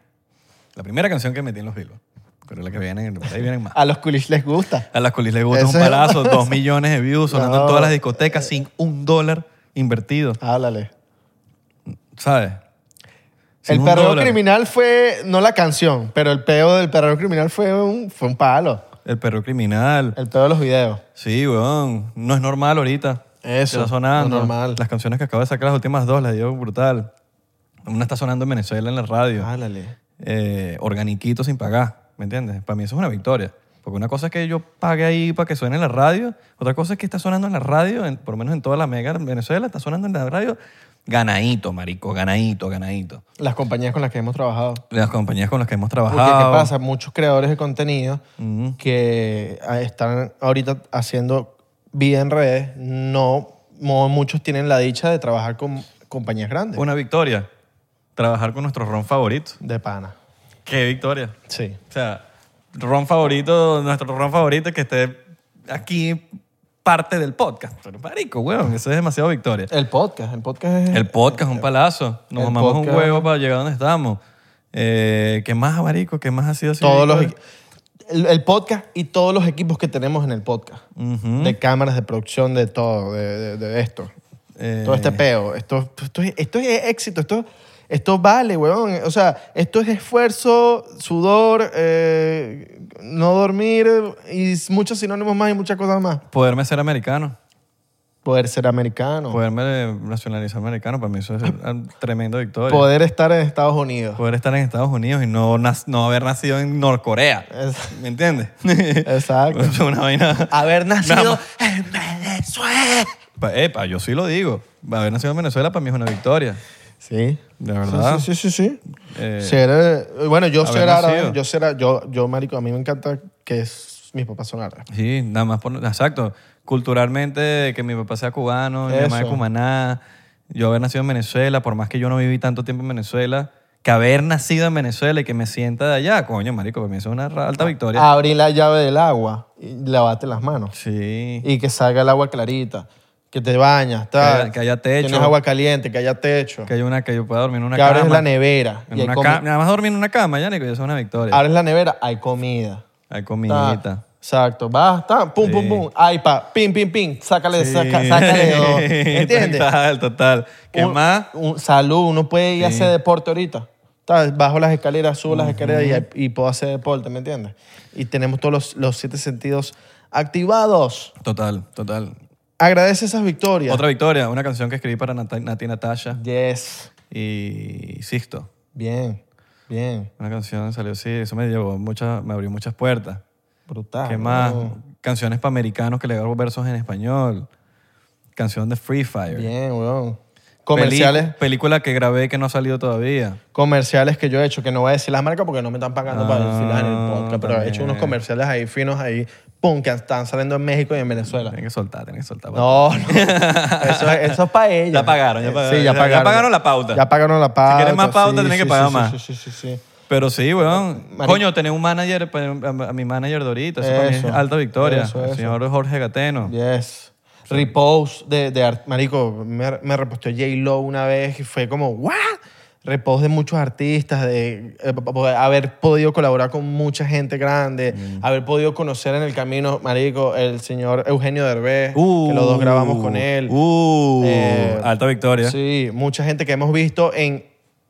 [SPEAKER 1] La primera canción que metí en los Billboard. Pero la que vienen, por ahí vienen más.
[SPEAKER 2] A los coolish les gusta.
[SPEAKER 1] A las colis le gusta un
[SPEAKER 2] Ese es-
[SPEAKER 1] palazo, dos millones de views sonando en
[SPEAKER 2] No.
[SPEAKER 1] todas las discotecas sin un dólar invertido,
[SPEAKER 2] Háblale.
[SPEAKER 1] ¿sabes? Sin
[SPEAKER 2] El
[SPEAKER 1] un
[SPEAKER 2] perreo
[SPEAKER 1] dólar.
[SPEAKER 2] criminal fue, no la canción, pero el peo del perreo criminal fue un, fue un palo.
[SPEAKER 1] El perro criminal.
[SPEAKER 2] El peo de los videos.
[SPEAKER 1] Sí, weón. No es normal ahorita.
[SPEAKER 2] Eso,
[SPEAKER 1] Está sonando.
[SPEAKER 2] no es normal.
[SPEAKER 1] Las canciones que acabo de sacar, las últimas dos, las dio brutal. Una está sonando en Venezuela en la radio.
[SPEAKER 2] Háblale.
[SPEAKER 1] eh, organiquito sin pagar, ¿me entiendes? Para mí eso es una victoria. Porque una cosa es que yo pague ahí para que suene en la radio, otra cosa es que está sonando en la radio, en- por lo menos en toda la mega en Venezuela, está sonando en la radio ganadito, marico, ganadito, ganadito.
[SPEAKER 2] Las compañías con las que hemos trabajado.
[SPEAKER 1] Las compañías con las que hemos
[SPEAKER 2] Porque, ¿qué
[SPEAKER 1] trabajado.
[SPEAKER 2] pasa? Muchos creadores de contenido que ah, están ahorita haciendo vida en redes, no, mo- muchos tienen la dicha de trabajar con compañías grandes.
[SPEAKER 1] Una victoria. Trabajar con nuestro ron favorito.
[SPEAKER 2] De pana.
[SPEAKER 1] ¡Qué victoria!
[SPEAKER 2] Sí.
[SPEAKER 1] O sea, ron favorito, nuestro ron favorito que esté aquí parte del podcast. Pero marico, weón, eso es demasiado victoria.
[SPEAKER 2] El podcast. El podcast es...
[SPEAKER 1] El podcast, un palazo. Nos
[SPEAKER 2] El
[SPEAKER 1] mamamos un
[SPEAKER 2] podcast.
[SPEAKER 1] huevo para llegar a donde estamos. Eh, ¿Qué más, marico? ¿Qué más ha sido así?
[SPEAKER 2] todos los,
[SPEAKER 1] Victoria?
[SPEAKER 2] el, el podcast y todos los equipos que tenemos en el podcast. De cámaras, de producción, de todo, de, de- de esto.
[SPEAKER 1] Eh,
[SPEAKER 2] Todo este peo. Esto, esto, es- esto es éxito. Esto, esto vale, weón. O sea, esto es esfuerzo, sudor, eh, no dormir y muchos sinónimos más y muchas cosas más.
[SPEAKER 1] Poderme ser americano.
[SPEAKER 2] Poder ser americano. Poder,
[SPEAKER 1] Poderme eh, nacionalizar americano. Para mí eso es
[SPEAKER 2] Ah.
[SPEAKER 1] una tremenda victoria. Poder,
[SPEAKER 2] estar en Estados Unidos.
[SPEAKER 1] estar en Estados Unidos y no, nas- no haber nacido en Norcorea.
[SPEAKER 2] Es-
[SPEAKER 1] ¿Me entiendes?
[SPEAKER 2] Eh. Exacto.
[SPEAKER 1] Es una vaina...
[SPEAKER 2] Haber nacido
[SPEAKER 1] Nada
[SPEAKER 2] en Venezuela.
[SPEAKER 1] Pa- Epa, yo sí lo digo. Haber nacido en Venezuela para mí es una victoria.
[SPEAKER 2] Sí.
[SPEAKER 1] De verdad.
[SPEAKER 2] Sí, sí, sí. sí, sí.
[SPEAKER 1] Eh,
[SPEAKER 2] Ser, eh, bueno, yo
[SPEAKER 1] haber
[SPEAKER 2] ser árabe,
[SPEAKER 1] nacido.
[SPEAKER 2] yo ser á- yo, yo, marico, a mí me encanta que es- mis papás son árabes.
[SPEAKER 1] Sí, nada más por... Exacto. Culturalmente, que mi papá sea cubano, mi mamá es
[SPEAKER 2] Eso.
[SPEAKER 1] cumaná, yo haber nacido en Venezuela, por más que yo no viví tanto tiempo en Venezuela, que haber nacido en Venezuela y que me sienta de allá, coño, marico, para mí eso es una ra- alta
[SPEAKER 2] Ah.
[SPEAKER 1] victoria.
[SPEAKER 2] Abrí la llave del agua y lavate las manos.
[SPEAKER 1] Sí.
[SPEAKER 2] Y que salga el agua clarita, que te bañas, tal.
[SPEAKER 1] Que haya- que haya techo.
[SPEAKER 2] Tienes agua caliente, que haya techo.
[SPEAKER 1] Que, hay una, que yo pueda dormir en una
[SPEAKER 2] que
[SPEAKER 1] cama.
[SPEAKER 2] abres la nevera.
[SPEAKER 1] en
[SPEAKER 2] y hay
[SPEAKER 1] una
[SPEAKER 2] comi- Ah,
[SPEAKER 1] ca- Nada más dormir en una cama, ya, Nico, eso es una victoria.
[SPEAKER 2] abres la nevera, hay comida.
[SPEAKER 1] Hay
[SPEAKER 2] Ta,
[SPEAKER 1] comidita.
[SPEAKER 2] Exacto, vas, ta, pum, pum, pum, iPad, pim, pim, pim, sácale,
[SPEAKER 1] Sí.
[SPEAKER 2] saca- ah, sácale dos. ¿Entiendes?
[SPEAKER 1] Total, total. ¿Qué
[SPEAKER 2] Un-
[SPEAKER 1] más?
[SPEAKER 2] un- salud, uno puede ir a hacer deporte ahorita. Tal, Bajo las escaleras, subo las escaleras y, y puedo hacer deporte, ¿me entiendes? Y tenemos todos los, los siete sentidos activados.
[SPEAKER 1] Total, total.
[SPEAKER 2] Agradece esas victorias.
[SPEAKER 1] Otra victoria, una canción que escribí para Nat- Nati Natasha
[SPEAKER 2] Yes.
[SPEAKER 1] y Sisto.
[SPEAKER 2] Bien, bien.
[SPEAKER 1] Una canción salió así, eso me llevó muchas, me abrió muchas puertas.
[SPEAKER 2] Brutal.
[SPEAKER 1] ¿Qué más?
[SPEAKER 2] weón.
[SPEAKER 1] Canciones para americanos que le hago versos en español. Canción de Free Fire.
[SPEAKER 2] Bien, weón. Comerciales,
[SPEAKER 1] Peli- película que grabé que no ha salido todavía.
[SPEAKER 2] comerciales que yo he hecho, que no voy a decir las marcas porque no me están pagando para
[SPEAKER 1] Ah,
[SPEAKER 2] decirlas en el podcast, pero he hecho
[SPEAKER 1] también.
[SPEAKER 2] unos comerciales ahí finos ahí, pum, que están saliendo en México y en Venezuela.
[SPEAKER 1] Tienen que soltar, tienen que soltar.
[SPEAKER 2] Ah. No, no. Eso, es- eso es para ellos.
[SPEAKER 1] Ya pagaron, ya pagaron.
[SPEAKER 2] Sí,
[SPEAKER 1] Ya-
[SPEAKER 2] ya
[SPEAKER 1] ya
[SPEAKER 2] pagaron.
[SPEAKER 1] pagaron la pauta.
[SPEAKER 2] Ya pagaron la pauta.
[SPEAKER 1] quieren más pauta,
[SPEAKER 2] sí,
[SPEAKER 1] tienen
[SPEAKER 2] sí,
[SPEAKER 1] que pagar
[SPEAKER 2] sí,
[SPEAKER 1] más.
[SPEAKER 2] Sí, sí, sí, sí.
[SPEAKER 1] Pero sí, weón.
[SPEAKER 2] Marico.
[SPEAKER 1] Coño, tener un manager, pa- a a mi manager de ahorita, eso, para mí es
[SPEAKER 2] Eso,
[SPEAKER 1] alta victoria.
[SPEAKER 2] eso,
[SPEAKER 1] El
[SPEAKER 2] eso.
[SPEAKER 1] señor Jorge Gateno.
[SPEAKER 2] Yes. Repose de, de art- Marico, me, me reposteó J-Lo una vez y fue como, ¿what? Repose de muchos artistas, de eh, po- po- haber podido colaborar con mucha gente grande,
[SPEAKER 1] Mm.
[SPEAKER 2] haber podido conocer en el camino, Marico, el señor Eugenio Derbez, que los dos grabamos con él.
[SPEAKER 1] Uh,
[SPEAKER 2] Eh,
[SPEAKER 1] alta victoria.
[SPEAKER 2] Sí, mucha gente que hemos visto en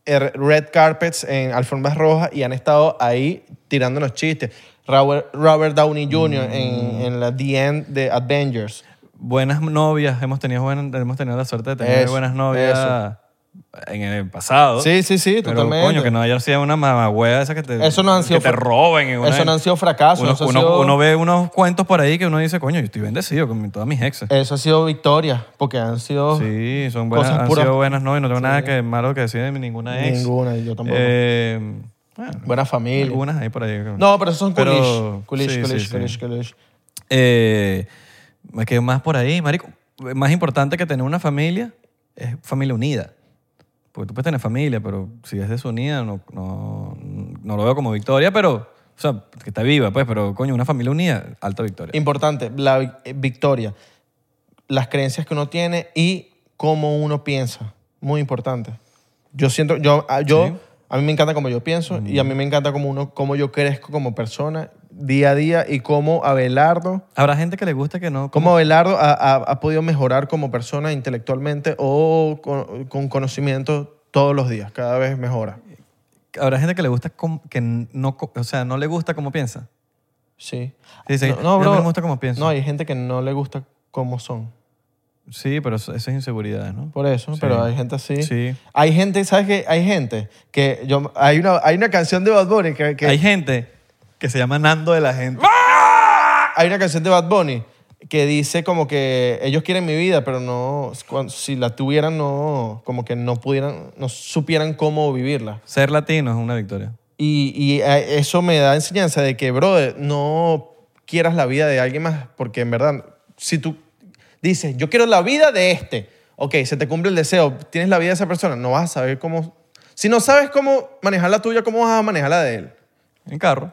[SPEAKER 2] er- red carpets en alfombras rojas y han estado ahí tirándonos chistes. Robert, Robert Downey Jr.
[SPEAKER 1] Mm.
[SPEAKER 2] en, en la The End de Avengers.
[SPEAKER 1] Buenas novias, hemos tenido, buenas- hemos tenido la suerte de tener
[SPEAKER 2] Eso,
[SPEAKER 1] buenas novias
[SPEAKER 2] eso.
[SPEAKER 1] en el pasado.
[SPEAKER 2] Sí, sí, sí,
[SPEAKER 1] Oh, Pero,
[SPEAKER 2] totalmente.
[SPEAKER 1] coño, que no haya sido una mamagüea esa que te,
[SPEAKER 2] Eso no han sido
[SPEAKER 1] que te
[SPEAKER 2] fra-
[SPEAKER 1] roben. en una-
[SPEAKER 2] eso no han sido fracasos.
[SPEAKER 1] Uno,
[SPEAKER 2] eso, ha
[SPEAKER 1] uno-
[SPEAKER 2] sido,
[SPEAKER 1] uno ve unos cuentos por ahí que uno dice, coño, yo estoy bendecido con mi- todas mis exes.
[SPEAKER 2] eso ha sido victoria, porque han sido
[SPEAKER 1] sí, son buenas,
[SPEAKER 2] cosas
[SPEAKER 1] han
[SPEAKER 2] puras.
[SPEAKER 1] sido buenas novias. No tengo nada que malo que decir de mi- ninguna ex.
[SPEAKER 2] Ninguna, yo tampoco.
[SPEAKER 1] Eh, bueno,
[SPEAKER 2] buena familia.
[SPEAKER 1] algunas ahí por ahí.
[SPEAKER 2] No, pero esos son
[SPEAKER 1] Pero-
[SPEAKER 2] culish. Culish,
[SPEAKER 1] sí, sí,
[SPEAKER 2] culish,
[SPEAKER 1] sí.
[SPEAKER 2] culish, culish.
[SPEAKER 1] Eh, que más por ahí, marico. Más importante que tener una familia es familia unida. Porque tú puedes tener familia, pero si es desunida, no, no, no lo veo como victoria, pero. O sea, que está viva, pues, pero coño, una familia unida, alta victoria.
[SPEAKER 2] Importante, la vi- eh, victoria. Las creencias que uno tiene y cómo uno piensa. Muy importante. Yo siento, yo, a- yo a mí me encanta cómo yo pienso y a mí me encanta cómo, uno, cómo yo crezco como persona día a día y cómo Abelardo,
[SPEAKER 1] Habrá gente que le guste que no.
[SPEAKER 2] cómo Abelardo ha, ha- ha podido mejorar como persona intelectualmente o con, con conocimiento todos los días, cada vez mejora.
[SPEAKER 1] Habrá gente que le gusta com- que no, co- o sea, no le gusta cómo piensa.
[SPEAKER 2] Sí.
[SPEAKER 1] Sí, sí.
[SPEAKER 2] No,
[SPEAKER 1] Yo
[SPEAKER 2] no,
[SPEAKER 1] no
[SPEAKER 2] bro.
[SPEAKER 1] me gusta cómo pienso.
[SPEAKER 2] No, hay gente que no le gusta cómo son.
[SPEAKER 1] Sí, pero eso, eso es inseguridad, ¿no?
[SPEAKER 2] Por eso,
[SPEAKER 1] Sí.
[SPEAKER 2] pero hay gente así.
[SPEAKER 1] Sí.
[SPEAKER 2] Hay gente, ¿sabes qué? Hay gente que yo hay una hay una canción de Bad Bunny que, ¡Ah! que-
[SPEAKER 1] Hay gente que se llama Nando de la gente.
[SPEAKER 2] hay una canción de Bad Bunny que dice como que ellos quieren mi vida, pero no cuan- si la tuvieran no como que no pudieran no supieran cómo vivirla.
[SPEAKER 1] Ser latino es una victoria.
[SPEAKER 2] Y, y eh, eso me da enseñanza de que, brother, no quieras la vida de alguien más, porque en verdad, si tú dices, yo quiero la vida de este, ok, se te cumple el deseo, tienes la vida de esa persona, no vas a saber cómo... Si no sabes cómo manejar la tuya, ¿cómo vas a manejar la de él?
[SPEAKER 1] En carro.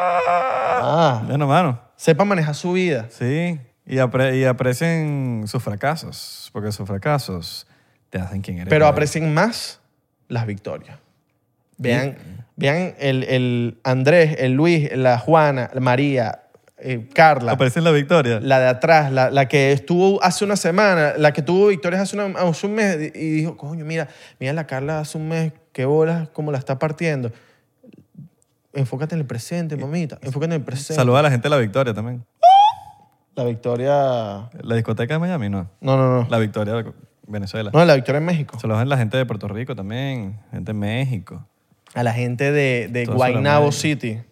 [SPEAKER 2] Ah,
[SPEAKER 1] Bueno, mano.
[SPEAKER 2] sepa manejar su vida.
[SPEAKER 1] Sí. Y, apre- y aprecien sus fracasos, porque sus fracasos te hacen quien eres.
[SPEAKER 2] Pero
[SPEAKER 1] hoy.
[SPEAKER 2] aprecien más las victorias. Vean, vean el, el Andrés, el Luis, la Juana, la María, eh, Carla.
[SPEAKER 1] Aprecien la victoria.
[SPEAKER 2] La de atrás, la, la que estuvo hace una semana, la que tuvo victorias hace, una- hace un mes y dijo, coño, mira, mira la Carla hace un mes, qué bolas, cómo la está partiendo. Enfócate en el presente, mamita, enfócate en el presente.
[SPEAKER 1] Saluda a la gente de la victoria también.
[SPEAKER 2] La victoria...
[SPEAKER 1] La discoteca de Miami, no.
[SPEAKER 2] No, no, no.
[SPEAKER 1] La victoria de Venezuela.
[SPEAKER 2] No, la victoria en México.
[SPEAKER 1] Saludan a la gente de Puerto Rico también, gente de México,
[SPEAKER 2] A la gente de, de
[SPEAKER 1] Toda
[SPEAKER 2] Guaynabo
[SPEAKER 1] Sudamérica.
[SPEAKER 2] City,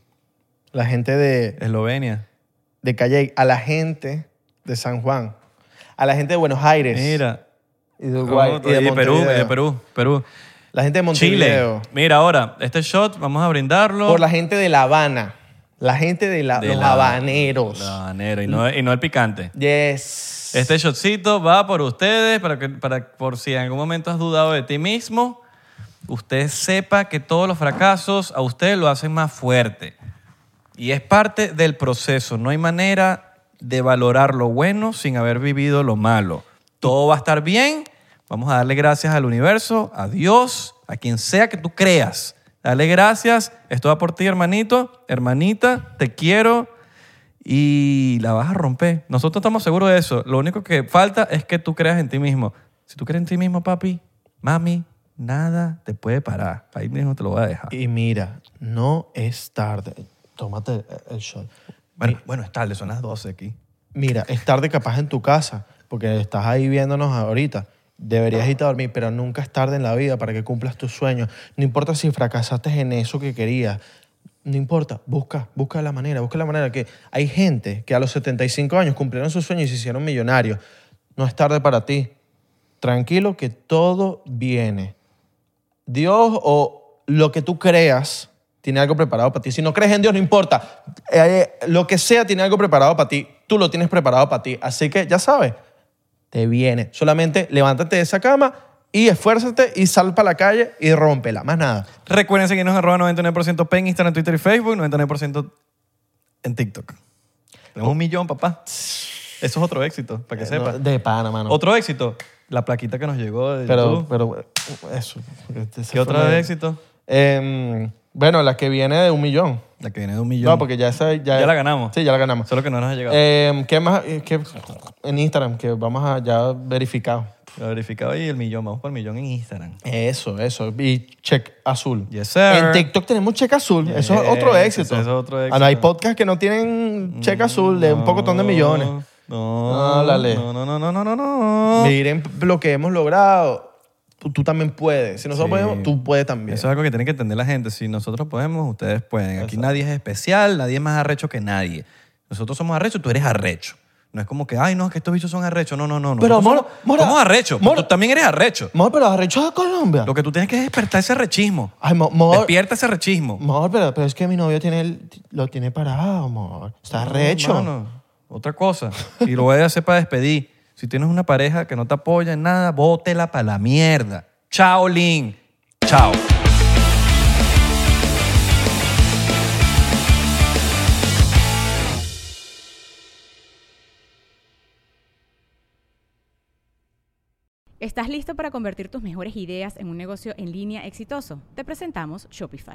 [SPEAKER 2] la gente de,
[SPEAKER 1] Eslovenia.
[SPEAKER 2] de Calle, a la gente de San Juan, a la gente de Buenos Aires.
[SPEAKER 1] Mira.
[SPEAKER 2] Y de Uruguay.
[SPEAKER 1] Otro-
[SPEAKER 2] y de
[SPEAKER 1] y Perú, y de
[SPEAKER 2] Montevideo.
[SPEAKER 1] Perú, Perú.
[SPEAKER 2] La gente de Montevideo.
[SPEAKER 1] Chile. Mira, ahora, este shot vamos a brindarlo.
[SPEAKER 2] Por la gente de La Habana. La gente de, la,
[SPEAKER 1] De
[SPEAKER 2] los
[SPEAKER 1] la-
[SPEAKER 2] habaneros.
[SPEAKER 1] La habanero, y no, y no el picante.
[SPEAKER 2] Yes.
[SPEAKER 1] Este shotcito va por ustedes, para que, para, por si en algún momento has dudado de ti mismo, usted sepa que todos los fracasos a usted lo hacen más fuerte. Y es parte del proceso. No hay manera de valorar lo bueno sin haber vivido lo malo. Todo va a estar bien. Vamos a darle gracias al universo, a Dios, a quien sea que tú creas. Dale gracias. Esto va por ti, hermanito, hermanita. Te quiero. Y la vas a romper. Nosotros estamos seguros de eso. Lo único que falta es que tú creas en ti mismo. Si tú crees en ti mismo, papi, mami, nada te puede parar. Ahí mismo te lo voy a dejar.
[SPEAKER 2] Y mira, no es tarde. Tómate el shot.
[SPEAKER 1] Bueno, bueno, es tarde, son las 12 aquí.
[SPEAKER 2] Mira, es tarde capaz en tu casa, porque estás ahí viéndonos ahorita. Deberías irte a dormir, pero nunca es tarde en la vida para que cumplas tus sueños. No importa si fracasaste en eso que querías. No importa, busca, busca la manera, busca la manera que hay gente que a los 75 años cumplieron sus sueños y se hicieron millonarios. No es tarde para ti. Tranquilo que todo viene. Dios o lo que tú creas tiene algo preparado para ti. Si no crees en Dios, no importa. Eh, lo que sea tiene algo preparado para ti. Tú lo tienes preparado para ti. Así que ya sabes, te viene. Solamente levántate de esa cama y esfuérzate y sal para la calle y rómpela. Más nada.
[SPEAKER 1] Recuerden seguirnos en arroba 99% P en Instagram, Twitter y Facebook, 99% en TikTok. Tenemos un millón, papá. Eso es otro éxito, para
[SPEAKER 2] Eh,
[SPEAKER 1] que sepas.
[SPEAKER 2] De pana, mano.
[SPEAKER 1] Otro éxito, la plaquita que nos llegó de
[SPEAKER 2] pero,
[SPEAKER 1] YouTube.
[SPEAKER 2] pero eh, eso.
[SPEAKER 1] ¿Qué otra
[SPEAKER 2] vez
[SPEAKER 1] éxito?
[SPEAKER 2] Em, bueno, la que viene de un millón.
[SPEAKER 1] La que viene de un millón.
[SPEAKER 2] No, porque ya esa... Ya,
[SPEAKER 1] Ya la ganamos.
[SPEAKER 2] Sí, ya la ganamos. Em,
[SPEAKER 1] Solo que no nos ha llegado.
[SPEAKER 2] Eh, ¿Qué más? Eh, ¿Qué? En Instagram, que vamos a ya verificado.
[SPEAKER 1] Glorificado y el millón. Vamos por el millón en Instagram.
[SPEAKER 2] Eso, eso. Y check azul.
[SPEAKER 1] Yes, sir.
[SPEAKER 2] En TikTok tenemos check azul. Eso es
[SPEAKER 1] Yes,
[SPEAKER 2] otro éxito.
[SPEAKER 1] eso es otro éxito. Mm,
[SPEAKER 2] Ahora, hay podcasts que no tienen check azul de un pocotón de
[SPEAKER 1] No,
[SPEAKER 2] millones. Ah,
[SPEAKER 1] No,
[SPEAKER 2] Álale.
[SPEAKER 1] no, no, no, no, no, no, no.
[SPEAKER 2] Miren lo que hemos logrado. Tú, tú también puedes. Si nosotros
[SPEAKER 1] Sí.
[SPEAKER 2] podemos, tú puedes también.
[SPEAKER 1] Eso es algo que tiene que entender la gente. Si nosotros podemos, ustedes pueden. Aquí nadie es especial, nadie es más arrecho que nadie. Nosotros somos arrechos, tú eres arrecho. No es como que, ay, no, es que estos bichos son arrechos. No, no, no.
[SPEAKER 2] Pero,
[SPEAKER 1] nosotros
[SPEAKER 2] Mora-
[SPEAKER 1] somos,
[SPEAKER 2] Mora-
[SPEAKER 1] somos arrechos.
[SPEAKER 2] Mora-
[SPEAKER 1] Tú también eres arrecho.
[SPEAKER 2] Mejor, pero arrecho de Colombia.
[SPEAKER 1] Lo que tú tienes que es despertar ese arrechismo.
[SPEAKER 2] Ay, mo- mejor-
[SPEAKER 1] Despierta ese arrechismo.
[SPEAKER 2] Amor, pero, pero es que mi novio tiene el- lo tiene parado, amor. Está recho.
[SPEAKER 1] Hermano, otra cosa. Y lo voy a hacer para despedir. Si tienes una pareja que no te apoya en nada, bótela para la mierda. Chao, Lin. Chao.
[SPEAKER 3] ¿Estás listo para convertir tus mejores ideas en un negocio en línea exitoso? Te presentamos Shopify.